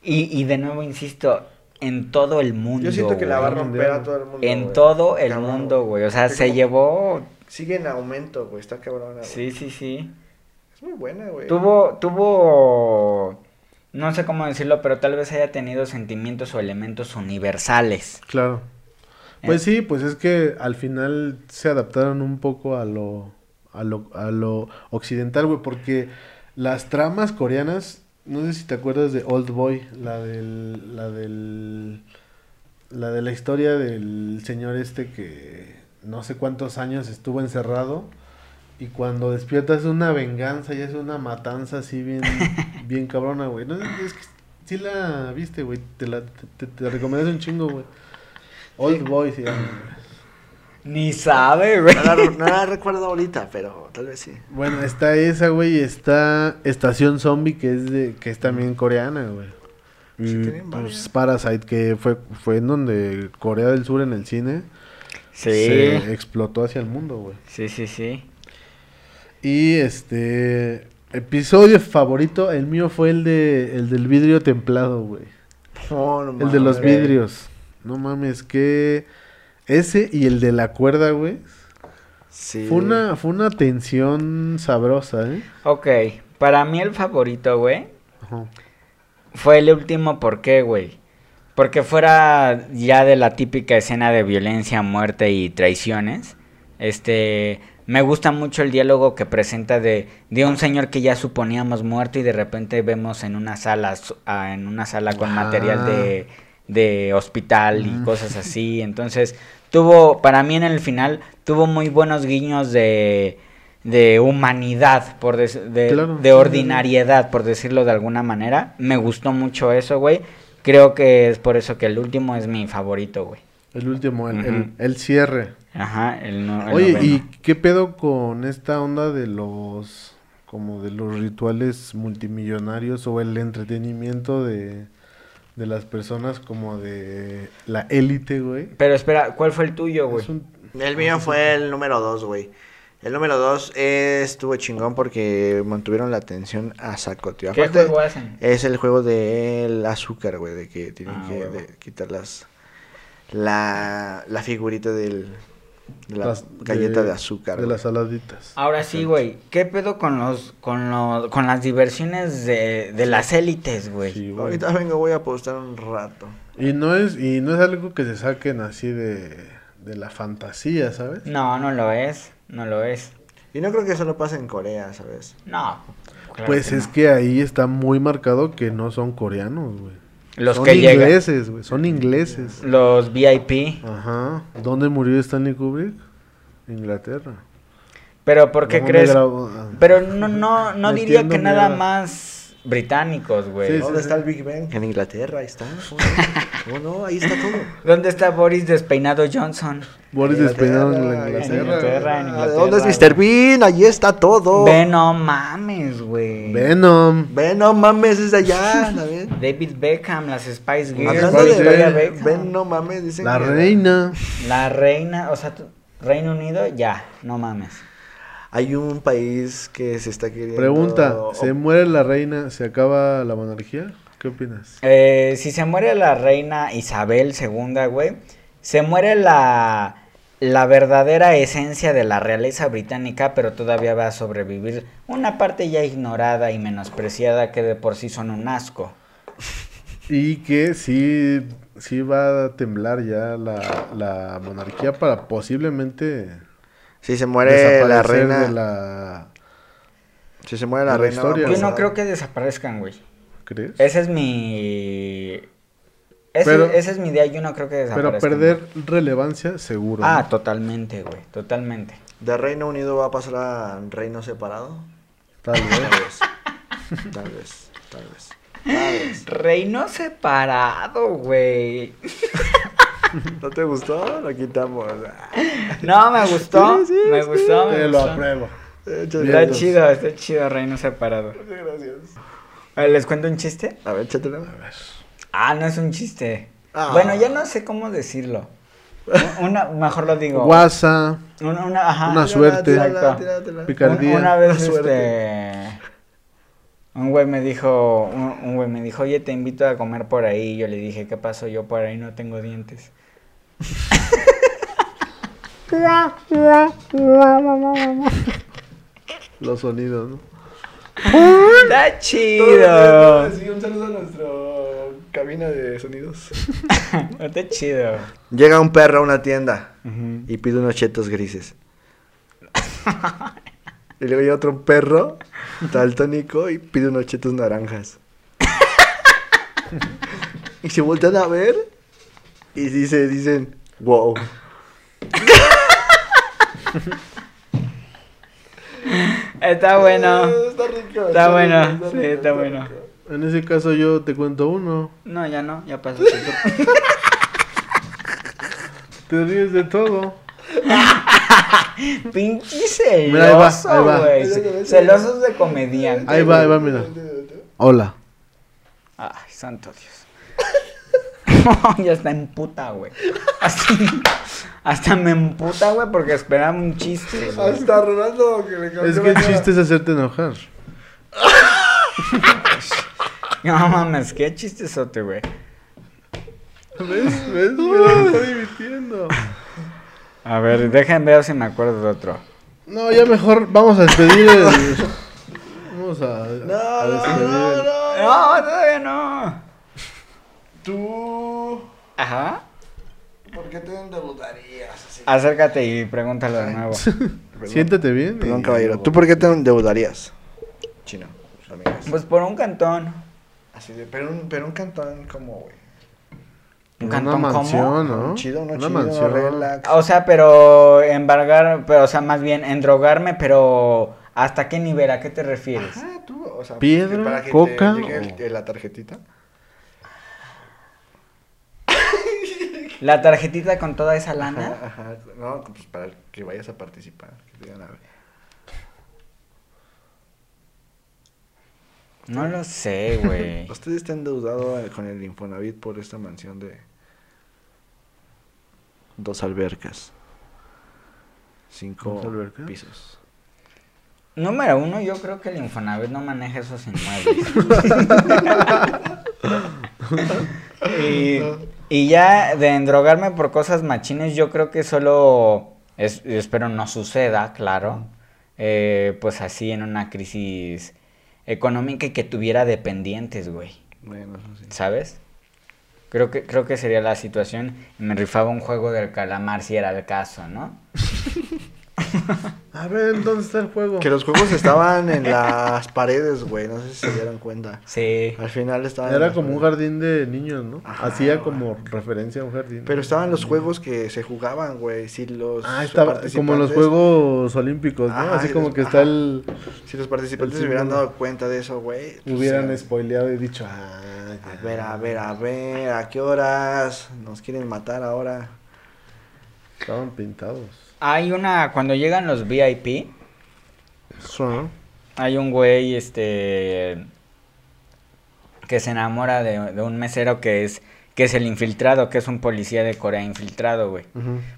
Speaker 4: Y, y de nuevo, insisto, en todo el mundo.
Speaker 5: Yo siento que la va a
Speaker 2: güey.
Speaker 5: romper a todo el mundo.
Speaker 4: En
Speaker 5: güey.
Speaker 4: todo el
Speaker 5: Cabrón,
Speaker 4: mundo, güey. O sea,
Speaker 5: Sí,
Speaker 4: se
Speaker 5: como-
Speaker 4: llevó.
Speaker 5: Sigue en aumento, güey. Está cabrona, güey.
Speaker 4: Sí, sí, sí.
Speaker 5: Es muy buena, güey.
Speaker 4: Tuvo, tuvo. No sé cómo decirlo, pero tal vez haya tenido sentimientos o elementos universales.
Speaker 2: Claro.
Speaker 4: Eh.
Speaker 2: Pues sí, pues es que al final se adaptaron un poco a lo, a lo, a lo occidental, güey, porque las tramas coreanas, no sé si te acuerdas de Old Boy, la del, la del, la de la historia del señor este que no sé cuántos años estuvo encerrado y cuando despierta es una venganza y es una matanza así bien, bien cabrona, güey. No, es que sí la viste, güey, te la, te, te- te recomiendas un chingo, güey. Old Boy se llama, güey.
Speaker 4: Ni sabe, güey.
Speaker 5: No la, no la recuerdo ahorita, pero tal vez sí.
Speaker 2: Bueno, está esa, güey, y está Estación Zombie, que es de, que es también coreana, güey.
Speaker 5: Sí,
Speaker 2: Y,
Speaker 5: tienen
Speaker 2: pues
Speaker 5: varias.
Speaker 2: Parasite, que fue, fue en donde Corea del Sur en el cine
Speaker 4: Sí.
Speaker 2: se explotó hacia el mundo, güey.
Speaker 4: Sí, sí, sí.
Speaker 2: Y este episodio favorito, el mío fue el de el del vidrio templado, güey.
Speaker 5: No, no
Speaker 2: El de los
Speaker 5: mames.
Speaker 2: vidrios. No mames, que ese y el de la cuerda, güey.
Speaker 5: Sí.
Speaker 2: Fue una, fue una tensión sabrosa, ¿eh?
Speaker 4: Ok, para mí el favorito, güey,
Speaker 2: Ajá.
Speaker 4: fue el último, ¿por qué, güey? Porque fuera ya de la típica escena de violencia, muerte y traiciones, este, Me gusta mucho el diálogo que presenta de, de un señor que ya suponíamos muerto y de repente vemos en una sala, su- ah, en una sala con material de, de hospital y cosas así. Entonces, tuvo, para mí en el final, tuvo muy buenos guiños de, de humanidad, por dec- de,
Speaker 2: Claro, sí,
Speaker 4: de
Speaker 2: sí, sí.
Speaker 4: ordinariedad, por decirlo de alguna manera. Me gustó mucho eso, güey. Creo que es por eso que el último es mi favorito, güey.
Speaker 2: El último, el, el-
Speaker 4: Ujú.
Speaker 2: el cierre.
Speaker 4: Ajá, el, no, el
Speaker 2: Oye,
Speaker 4: noveno.
Speaker 2: ¿y qué pedo con esta onda de los como de los rituales multimillonarios o el entretenimiento de, de las personas como de la élite, güey?
Speaker 4: Pero espera, ¿cuál fue el tuyo, güey?
Speaker 2: Es un-
Speaker 5: El mío fue el número 2, güey. El número 2 estuvo chingón porque mantuvieron la atención a saco, tío.
Speaker 4: ¿Qué
Speaker 5: Aparte,
Speaker 4: juego hacen?
Speaker 5: Es el juego del azúcar, güey, de que tienen
Speaker 4: Ah,
Speaker 5: que
Speaker 4: huevo.
Speaker 5: de- quitar las... La, la figurita del... De la
Speaker 2: las-
Speaker 5: galleta de, azúcar,
Speaker 2: De
Speaker 5: güey.
Speaker 2: las saladitas.
Speaker 4: Ahora sí, güey. ¿Qué pedo con los, con los, con las diversiones de, de las élites, güey?
Speaker 2: Sí, güey.
Speaker 5: Ahorita vengo, voy a apostar un rato.
Speaker 2: Y no es y no es algo que se saquen así de, de la fantasía, ¿sabes?
Speaker 4: No, no lo es, no lo es.
Speaker 5: Y no creo que eso lo pase en Corea, ¿sabes?
Speaker 4: No. claro
Speaker 2: pues es
Speaker 4: no.
Speaker 2: que ahí está muy marcado que no son coreanos, güey.
Speaker 4: los
Speaker 2: son
Speaker 4: que llegan,
Speaker 2: ingleses, güey, son ingleses.
Speaker 4: los VIP.
Speaker 2: Ajá. ¿Dónde murió Stanley Kubrick? Inglaterra.
Speaker 4: Pero ¿por qué
Speaker 2: ¿Dónde
Speaker 4: crees?
Speaker 2: grabó? Ah.
Speaker 4: Pero no, no, no
Speaker 2: No
Speaker 4: diría que
Speaker 2: entiendo
Speaker 4: nada
Speaker 2: mierda.
Speaker 4: más británicos, güey.
Speaker 2: Sí, sí.
Speaker 5: ¿Dónde está el Big Ben? En Inglaterra, ahí está. ¿Cómo no? ¿Cómo no? Ahí está todo.
Speaker 4: ¿Dónde está Boris despeinado Johnson?
Speaker 2: Boris despeinado en la
Speaker 4: Inglaterra,
Speaker 2: Inglaterra.
Speaker 4: Inglaterra, en
Speaker 5: Ah,
Speaker 4: Inglaterra,
Speaker 5: ¿Dónde es
Speaker 4: güey.
Speaker 5: Mr. Bean? Ahí está todo.
Speaker 4: Ve, no mames, güey.
Speaker 2: Venom.
Speaker 5: Ven, no mames, es de allá, ¿sabes?
Speaker 4: David Beckham, las Spice Girls.
Speaker 2: Spice
Speaker 5: Hablando de
Speaker 2: Girls.
Speaker 4: Victoria
Speaker 5: Ben,
Speaker 4: Beckham.
Speaker 5: Ben, no mames, dicen
Speaker 2: La
Speaker 5: que-
Speaker 2: reina.
Speaker 4: La reina, o sea, tú- Reino Unido, ya, no mames.
Speaker 5: Hay un país que se está queriendo.
Speaker 2: Pregunta,
Speaker 5: o-
Speaker 2: ¿se muere la reina? ¿Se acaba la monarquía? ¿Qué opinas?
Speaker 4: Eh, si se muere la reina Isabel II, güey, se muere la, la verdadera esencia de la realeza británica, pero todavía va a sobrevivir una parte ya ignorada y menospreciada que de por sí son un asco.
Speaker 2: Y que sí, sí va a temblar ya la, la monarquía para posiblemente
Speaker 5: Si se muere la
Speaker 2: desaparecer
Speaker 5: reina.
Speaker 2: de la...
Speaker 5: Si se muere la
Speaker 2: de la
Speaker 5: reina.
Speaker 2: historia,
Speaker 5: vamos
Speaker 4: Yo no
Speaker 5: a-
Speaker 4: creo que desaparezcan, güey.
Speaker 2: ¿Crees?
Speaker 4: Ese es mi... Ese,
Speaker 2: Pero-
Speaker 4: esa es mi idea, yo no creo que desaparezcan.
Speaker 2: Pero perder
Speaker 4: güey.
Speaker 2: relevancia seguro.
Speaker 4: Ah,
Speaker 2: ¿no?
Speaker 4: totalmente, güey, totalmente.
Speaker 5: De Reino Unido va a pasar a reino separado.
Speaker 2: Tal vez.
Speaker 5: Tal vez. Tal vez. Tal vez. Tal vez.
Speaker 4: Reino separado, güey.
Speaker 5: ¿No te gustó? Lo quitamos.
Speaker 4: No, me gustó.
Speaker 5: Sí, sí,
Speaker 4: me
Speaker 5: sí.
Speaker 4: gustó, me
Speaker 2: Te lo
Speaker 4: gustó.
Speaker 2: apruebo.
Speaker 4: Está
Speaker 2: Vientos.
Speaker 4: chido, está chido, reino separado.
Speaker 5: Gracias.
Speaker 4: A ver, ¿Les cuento un chiste?
Speaker 5: A ver, échatelo.
Speaker 4: Ah, no es un chiste.
Speaker 5: Ah.
Speaker 4: Bueno, ya no sé cómo decirlo. Una, mejor lo digo.
Speaker 2: Guasa,
Speaker 4: Una, una, ajá.
Speaker 2: Una suerte.
Speaker 5: Tíratela,
Speaker 4: Exacto.
Speaker 5: tíratela.
Speaker 2: Pica-
Speaker 4: Un-
Speaker 2: Picardía.
Speaker 4: una vez
Speaker 5: Una suerte.
Speaker 4: este un güey me dijo, un, un güey me dijo, "Oye, te invito a comer por ahí." Y yo le dije, "¿Qué pasó? Yo por ahí no tengo dientes."
Speaker 2: los sonidos, ¿no?
Speaker 4: Está
Speaker 2: Ah.
Speaker 4: chido.
Speaker 5: pues,
Speaker 3: Sí, un saludo a nuestro cabina de sonidos.
Speaker 4: Está chido.
Speaker 5: Llega un perro a una tienda
Speaker 4: Ujú.
Speaker 5: y pide unos chetos grises. y luego llega otro perro daltónico y pide unos chetos naranjas. y se voltean a ver y dice, dicen, wow.
Speaker 4: Está bueno.
Speaker 5: Eh, Está rico.
Speaker 4: Está bueno.
Speaker 5: rico,
Speaker 4: Sí,
Speaker 5: rico,
Speaker 4: está bueno.
Speaker 5: rico.
Speaker 2: En ese caso yo te cuento uno.
Speaker 4: No, ya no, ya pasó.
Speaker 2: Te ríes de todo.
Speaker 4: Pinche
Speaker 2: Mira, ahí va,
Speaker 4: celoso,
Speaker 2: ahí va.
Speaker 4: güey. Ce- Celosos de comediante.
Speaker 2: Ahí va, ahí va, mira. Hola.
Speaker 4: Ay, santo Dios. ya está en puta, güey. Hasta, hasta me emputa, güey, porque esperaba un chiste. güey.
Speaker 5: Hasta Ronaldo que le cambió
Speaker 2: Es que el
Speaker 5: la cara.
Speaker 2: chiste es hacerte enojar.
Speaker 4: No mames, qué chistezote, güey.
Speaker 2: ¿Ves? ¿Ves? Me estoy divirtiendo.
Speaker 4: A ver, déjenme ver si me acuerdo de otro.
Speaker 2: No, ya mejor vamos a despedir el... Vamos a, a despedir el-
Speaker 4: No, todavía no.
Speaker 5: Tú,
Speaker 4: Ajá.
Speaker 5: ¿por qué te endeudarías así?
Speaker 4: Acércate y pregúntalo de nuevo.
Speaker 5: Perdón.
Speaker 2: Siéntate bien.
Speaker 5: Perdón,
Speaker 2: y-
Speaker 5: caballero. ¿Tú por qué te endeudarías? Chino. sus amigas.
Speaker 4: Pues por un cantón.
Speaker 5: Así de, pero un, pero un cantón como, güey.
Speaker 4: ¿Un
Speaker 2: Una
Speaker 4: cantón cómo?
Speaker 2: mansión, ¿no?
Speaker 5: Chido, no
Speaker 2: Una
Speaker 5: chido,
Speaker 2: mansión.
Speaker 5: no relax.
Speaker 4: O sea, pero embargar, pero, o sea, más bien endrogarme, pero ¿hasta qué nivel? ¿A qué te refieres?
Speaker 5: Ajá, tú, o sea,
Speaker 2: pues, ¿Piedra,
Speaker 5: para que
Speaker 2: coca
Speaker 5: te llegue el-
Speaker 2: o-
Speaker 5: eh, la tarjetita.
Speaker 4: La tarjetita con toda esa lana.
Speaker 5: Ajá, ajá. No, pues para que vayas a participar. Que te digan, a ver.
Speaker 4: No lo sé, güey.
Speaker 5: Usted está endeudado eh, con el Infonavit por esta mansión de dos albercas. Cinco
Speaker 2: ¿Dos albercas?
Speaker 5: pisos.
Speaker 4: Número uno, yo creo que el Infonavit no maneja esos inmuebles. y, y ya de endrogarme por cosas machines, yo creo que solo, es- espero no suceda, claro, eh, pues así en una crisis económica y que tuviera dependientes, güey,
Speaker 5: Bueno, eso sí.
Speaker 4: ¿sabes? Creo que, creo que sería la situación. Me rifaba un juego del calamar si era el caso, ¿no?
Speaker 2: A ver, ¿dónde está el juego?
Speaker 5: Que los juegos estaban en las paredes, güey. No sé si se dieron cuenta.
Speaker 4: Sí.
Speaker 5: Al final estaban. en
Speaker 2: Era
Speaker 5: las
Speaker 2: como un
Speaker 5: paredes.
Speaker 2: jardín de niños, ¿no?
Speaker 5: Ajá,
Speaker 2: Hacía
Speaker 5: güey.
Speaker 2: como referencia a un jardín.
Speaker 5: Pero estaban los juegos que se jugaban, güey. Si los.
Speaker 2: Ah, estaba como los
Speaker 5: participantes-
Speaker 2: Juegos Olímpicos, ¿no?
Speaker 5: Ajá,
Speaker 2: Así
Speaker 5: y
Speaker 2: como
Speaker 5: los-
Speaker 2: que
Speaker 5: ajá.
Speaker 2: está el...
Speaker 5: Si los participantes
Speaker 2: El
Speaker 5: se hubieran
Speaker 2: símbolo.
Speaker 5: dado cuenta de eso, güey. pues,
Speaker 2: Hubieran
Speaker 5: ya.
Speaker 2: spoileado y dicho, ah, ya.
Speaker 5: A ver, a ver, a ver. ¿A qué horas nos quieren matar ahora?
Speaker 2: Estaban pintados.
Speaker 4: Hay una, cuando llegan los VIP, Hay un güey, este, que se enamora de, de un mesero que es, que es el infiltrado, que es un policía de Corea infiltrado, güey.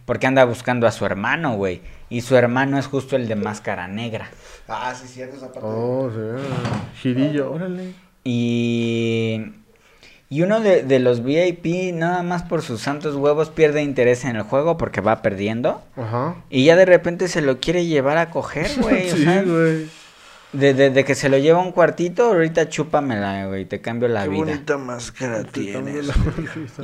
Speaker 4: Porque anda buscando a su hermano, güey. Y su hermano es justo el de máscara negra.
Speaker 5: Ah, sí, cierto, esa parte.
Speaker 2: Oh, sí. Girillo, órale.
Speaker 4: Y, y uno de, de los VIP, nada más por sus santos huevos, pierde interés en el juego porque va perdiendo.
Speaker 2: Ajá.
Speaker 4: Y ya de repente se lo quiere llevar a coger, güey. o
Speaker 2: sí,
Speaker 4: sea,
Speaker 2: güey.
Speaker 4: de, de- de que se lo lleva a un cuartito, ahorita chúpamela, güey, te cambio la
Speaker 5: Qué
Speaker 4: vida.
Speaker 5: bonita máscara
Speaker 2: También
Speaker 5: tienes.
Speaker 2: la-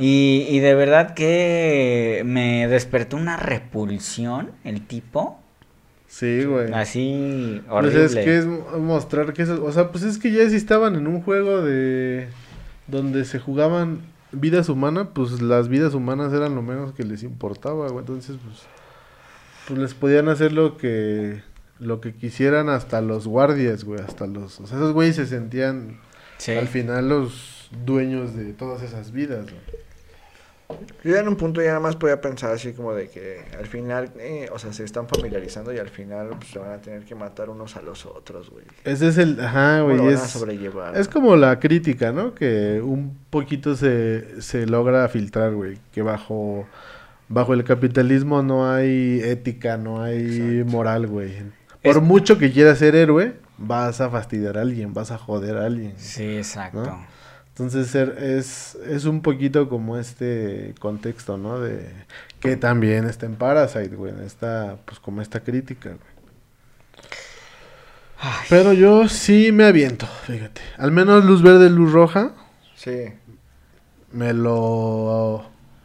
Speaker 4: Y, y de verdad que me despertó una repulsión el tipo.
Speaker 2: Sí,
Speaker 5: Ah,
Speaker 2: güey.
Speaker 4: Así
Speaker 2: Pues
Speaker 4: horrible.
Speaker 2: es que es mostrar que eso, o sea, pues es que ya si estaban en un juego de donde se jugaban vidas humanas, pues las vidas humanas eran lo menos que les importaba, güey. Entonces, pues, pues les podían hacer lo que lo que quisieran hasta los guardias, güey, hasta los, o sea, esos güeyes se sentían
Speaker 4: Sí.
Speaker 2: al final los dueños de todas esas vidas, güey.
Speaker 5: Yo ya en un punto ya nada más podía pensar así como de que al final, eh, o sea, se están familiarizando y al final pues, se van a tener que matar unos a los otros, güey.
Speaker 2: Ese es el, ajá,
Speaker 5: ¿Cómo
Speaker 2: güey,
Speaker 5: lo van a
Speaker 2: es
Speaker 5: sobrellevar?
Speaker 2: Es como la crítica, ¿no? Que un poquito se, se logra filtrar, güey. Que bajo, bajo el capitalismo no hay ética, no hay moral, güey. Por
Speaker 4: Es-
Speaker 2: mucho que quieras ser héroe, vas a fastidiar a alguien, vas a joder a alguien.
Speaker 4: Sí, exacto.
Speaker 2: ¿No? Entonces ser- es, es un poquito como este contexto, ¿no? De que también está en Parasite, güey. en Esta, pues como esta crítica, güey.
Speaker 4: Ay.
Speaker 2: Pero yo sí me aviento, fíjate. Al menos luz verde, luz roja,
Speaker 5: Sí.
Speaker 2: me lo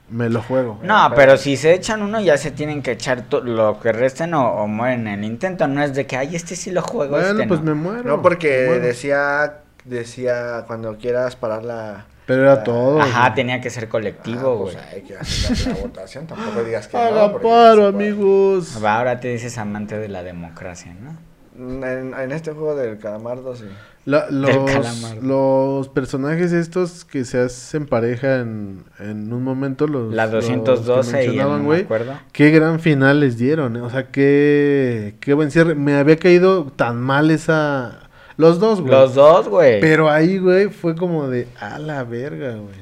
Speaker 2: me lo juego.
Speaker 4: No, pero si se echan uno ya se tienen que echar to- lo que resten o, o mueren en el intento. No es de que, ay, este sí lo juego.
Speaker 2: Bueno,
Speaker 4: este
Speaker 2: pues
Speaker 4: no".
Speaker 2: me muero.
Speaker 5: No, porque
Speaker 2: me muero.
Speaker 5: decía, decía, cuando quieras parar la...
Speaker 2: Pero era
Speaker 5: Ah,
Speaker 2: todo.
Speaker 4: Ajá,
Speaker 2: güey.
Speaker 4: tenía que ser colectivo,
Speaker 5: Ah, pues,
Speaker 4: güey.
Speaker 5: hay que hacer la, la votación, tampoco digas que
Speaker 2: Haga
Speaker 5: no. porque se
Speaker 2: paro,
Speaker 5: puede.
Speaker 2: amigos.
Speaker 4: Ah, Va, Ahora te dices amante de la democracia, ¿no?
Speaker 5: En, en este juego del calamardo, sí.
Speaker 2: La- los,
Speaker 4: calamar.
Speaker 2: los personajes estos que se hacen pareja en, en un momento, los.
Speaker 4: La
Speaker 2: Pues, los que
Speaker 4: 212 y el
Speaker 2: mencionaban,
Speaker 4: no me
Speaker 2: güey,
Speaker 4: acuerdo.
Speaker 2: Qué gran final les dieron, eh, o sea, qué, qué buen cierre. Me había caído tan mal esa. Los dos, güey.
Speaker 4: Los dos, güey.
Speaker 2: Pero ahí, güey, fue como de a la verga, güey.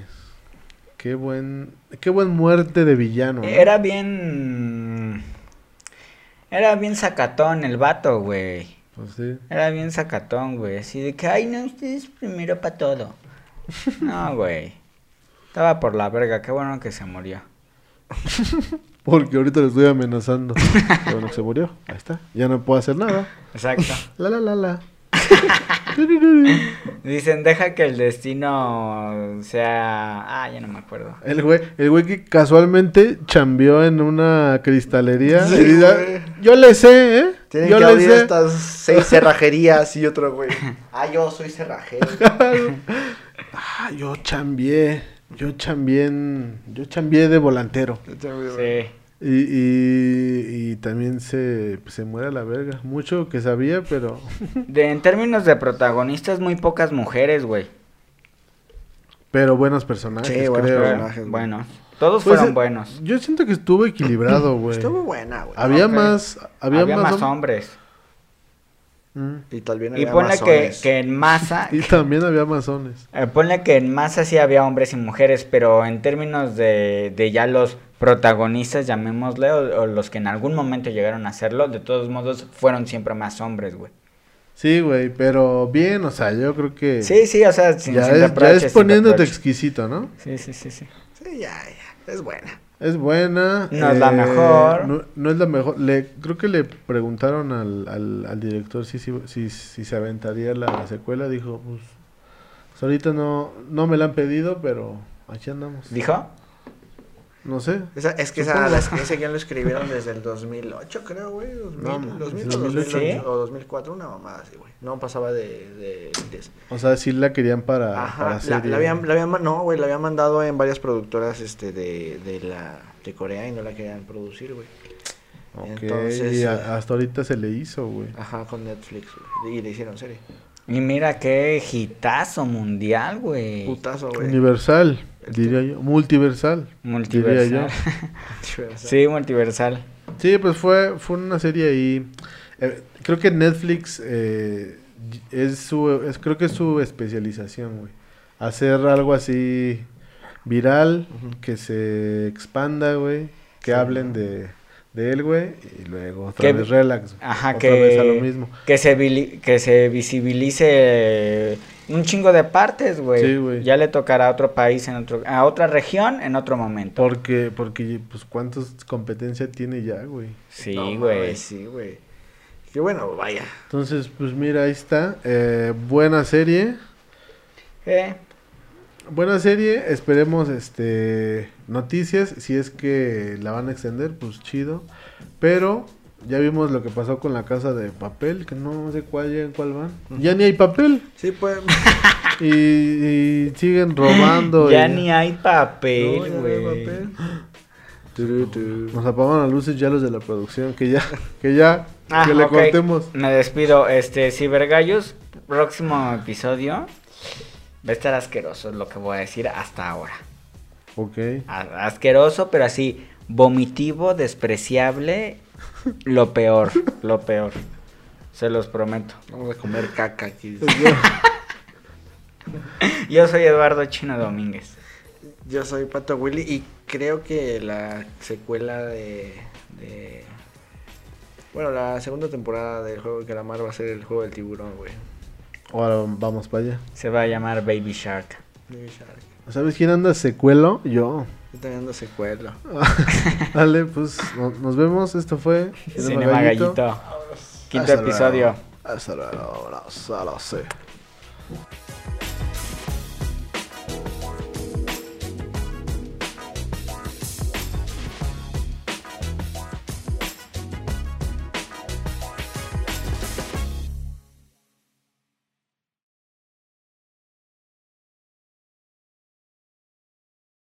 Speaker 2: Qué buen, qué buen muerte de villano. ¿no?
Speaker 4: Era bien. Era bien sacatón el vato, güey.
Speaker 2: Pues sí.
Speaker 4: Era bien sacatón, güey. Así de que, ay, no, ustedes primero para todo. No, güey. Estaba por la verga, qué bueno que se murió.
Speaker 2: Porque ahorita lo estoy amenazando. Pero bueno, se murió. Ahí está. Ya no puedo hacer nada.
Speaker 4: Exacto.
Speaker 2: La la la la.
Speaker 4: Dicen, deja que el destino sea. Ah, ya no me acuerdo.
Speaker 2: El güey, el güey que casualmente chambeó en una cristalería.
Speaker 5: Sí,
Speaker 2: Y dice,
Speaker 5: güey.
Speaker 2: Yo le sé, ¿eh?
Speaker 5: Tienen
Speaker 2: Yo
Speaker 5: que
Speaker 2: le
Speaker 5: abrir
Speaker 2: sé.
Speaker 5: estas seis cerrajerías y
Speaker 3: Y
Speaker 5: yo...
Speaker 3: otro, güey.
Speaker 5: Ah, yo soy cerrajero.
Speaker 2: Ah, yo chambié. Yo chambié en- Yo chambié de volantero.
Speaker 4: Sí.
Speaker 2: Y, y, y también se, pues, se muere a la verga. Mucho que sabía, pero.
Speaker 4: De- en términos de protagonistas, muy pocas mujeres, güey.
Speaker 2: Pero buenos personajes.
Speaker 5: Sí, buenos
Speaker 2: creo.
Speaker 5: personajes. güey.
Speaker 4: Bueno, todos
Speaker 2: Pues,
Speaker 4: fueron
Speaker 2: eh,
Speaker 4: buenos.
Speaker 2: Yo siento que estuvo equilibrado, güey.
Speaker 5: Pues Estuvo buena, güey.
Speaker 2: Había
Speaker 4: Ok.
Speaker 2: más. Había, más. hom-
Speaker 4: hombres.
Speaker 2: Mm.
Speaker 5: Y tal vez
Speaker 4: Y
Speaker 5: había
Speaker 4: ponle que,
Speaker 5: masones.
Speaker 4: que en masa.
Speaker 2: Y también había masones.
Speaker 4: eh, ponle que en masa sí había hombres y mujeres, pero en términos de, de ya los protagonistas, llamémosle, o, o los que en algún momento llegaron a hacerlo, de todos modos fueron siempre más hombres, güey.
Speaker 2: Sí, güey, pero bien, o sea, yo creo que.
Speaker 4: Sí, sí, o sea, sin,
Speaker 2: ya,
Speaker 4: sin
Speaker 2: es, ya
Speaker 4: reproches,
Speaker 2: es
Speaker 4: sin
Speaker 2: poniéndote
Speaker 4: reproches.
Speaker 2: exquisito, ¿no?
Speaker 4: Sí, sí, sí, sí.
Speaker 5: Sí, ya, ya. Es buena.
Speaker 2: Es buena. eh,
Speaker 4: No es la mejor.
Speaker 2: No, no es la mejor. Le, creo que le preguntaron al, al, al director si, si, si, si se aventaría la, la secuela. Dijo, pues, pues, ahorita no, no me la han pedido, pero aquí andamos.
Speaker 4: ¿Dijo?
Speaker 2: No sé.
Speaker 5: Esa- es que esa,
Speaker 2: Supongo.
Speaker 5: la, ese guión lo escribieron desde el 2008, creo, güey. 2000,
Speaker 2: No, mames,
Speaker 5: 2000 o
Speaker 2: 2008.
Speaker 5: 2008 o 2004, una mamada así, güey. No pasaba de... de, de-
Speaker 2: O sea, sí la querían para, para
Speaker 5: Ajá, la,
Speaker 2: serie.
Speaker 5: la habían, la habían ma- no, güey, la habían mandado en varias productoras este, de, de, la, de Corea y no la querían producir, güey.
Speaker 2: Ok,
Speaker 5: Entonces,
Speaker 2: y a-
Speaker 5: eh,
Speaker 2: hasta ahorita se le hizo, güey.
Speaker 5: Ajá, con Netflix, güey. Y le hicieron serie.
Speaker 4: Y mira qué hitazo mundial, güey.
Speaker 5: Putazo, güey.
Speaker 2: Universal, diría yo. Multiversal. diría
Speaker 4: Multiversal.
Speaker 2: yo.
Speaker 4: Sí, multiversal.
Speaker 2: Sí, pues fue, fue una serie ahí. eh, creo que Netflix eh, es su, es, creo que es su especialización, güey. Hacer algo así viral, que se expanda, güey, que hablen de, de él, güey, y luego otra
Speaker 4: Que-
Speaker 2: vez relax. güey,
Speaker 4: Ajá,
Speaker 2: otra
Speaker 4: que,
Speaker 2: vez a lo mismo.
Speaker 4: Que, se vili- que se visibilice un chingo de partes, güey.
Speaker 2: Sí, güey.
Speaker 4: Ya le tocará a otro país, en otro, a otra región en otro momento.
Speaker 2: Porque, porque, pues, ¿cuántos competencia tiene ya, güey?
Speaker 4: Sí,
Speaker 5: No,
Speaker 4: güey.
Speaker 5: mames, Sí, güey. Qué bueno, vaya.
Speaker 2: Entonces, pues, mira, ahí está. eh, buena serie.
Speaker 4: Eh,
Speaker 2: Buena serie, esperemos este noticias, si es que la van a extender, pues chido. Pero ya vimos lo que pasó con la casa de papel, que no sé cuál llega, cuál van. Ya ni hay papel
Speaker 5: Sí, pues.
Speaker 2: y, y siguen robando.
Speaker 4: ya
Speaker 2: y-
Speaker 4: ni hay papel,
Speaker 5: no, ya
Speaker 4: güey.
Speaker 5: no hay papel.
Speaker 2: Turu, turu. Nos apagaron las luces ya los de la producción, que ya, que ya,
Speaker 4: Ah,
Speaker 2: que le
Speaker 4: ok.
Speaker 2: cortemos.
Speaker 4: Me despido. Este, Cibergallos, próximo episodio. Va a estar asqueroso, es lo que voy a decir hasta ahora.
Speaker 2: Ok.
Speaker 4: A- Asqueroso, pero así, vomitivo, despreciable, lo peor, lo peor. Se los prometo.
Speaker 5: Vamos a comer caca aquí.
Speaker 4: Yo soy Eduardo Chino Domínguez.
Speaker 5: Yo soy Pato Willy y creo que la secuela de, de- Bueno, la segunda temporada del juego de Calamar va a ser el juego del tiburón, güey.
Speaker 2: Ahora vamos para allá.
Speaker 4: Se va a llamar Baby Shark.
Speaker 5: Baby Shark.
Speaker 2: ¿Sabes quién anda secuelo? Yo.
Speaker 5: Yo también ando secuelo.
Speaker 2: Dale, pues no- nos vemos. Esto fue
Speaker 4: Cinema Gallito. Quinto
Speaker 2: Hasta luego.
Speaker 4: episodio.
Speaker 2: Hasta luego, abrazo, abrazo.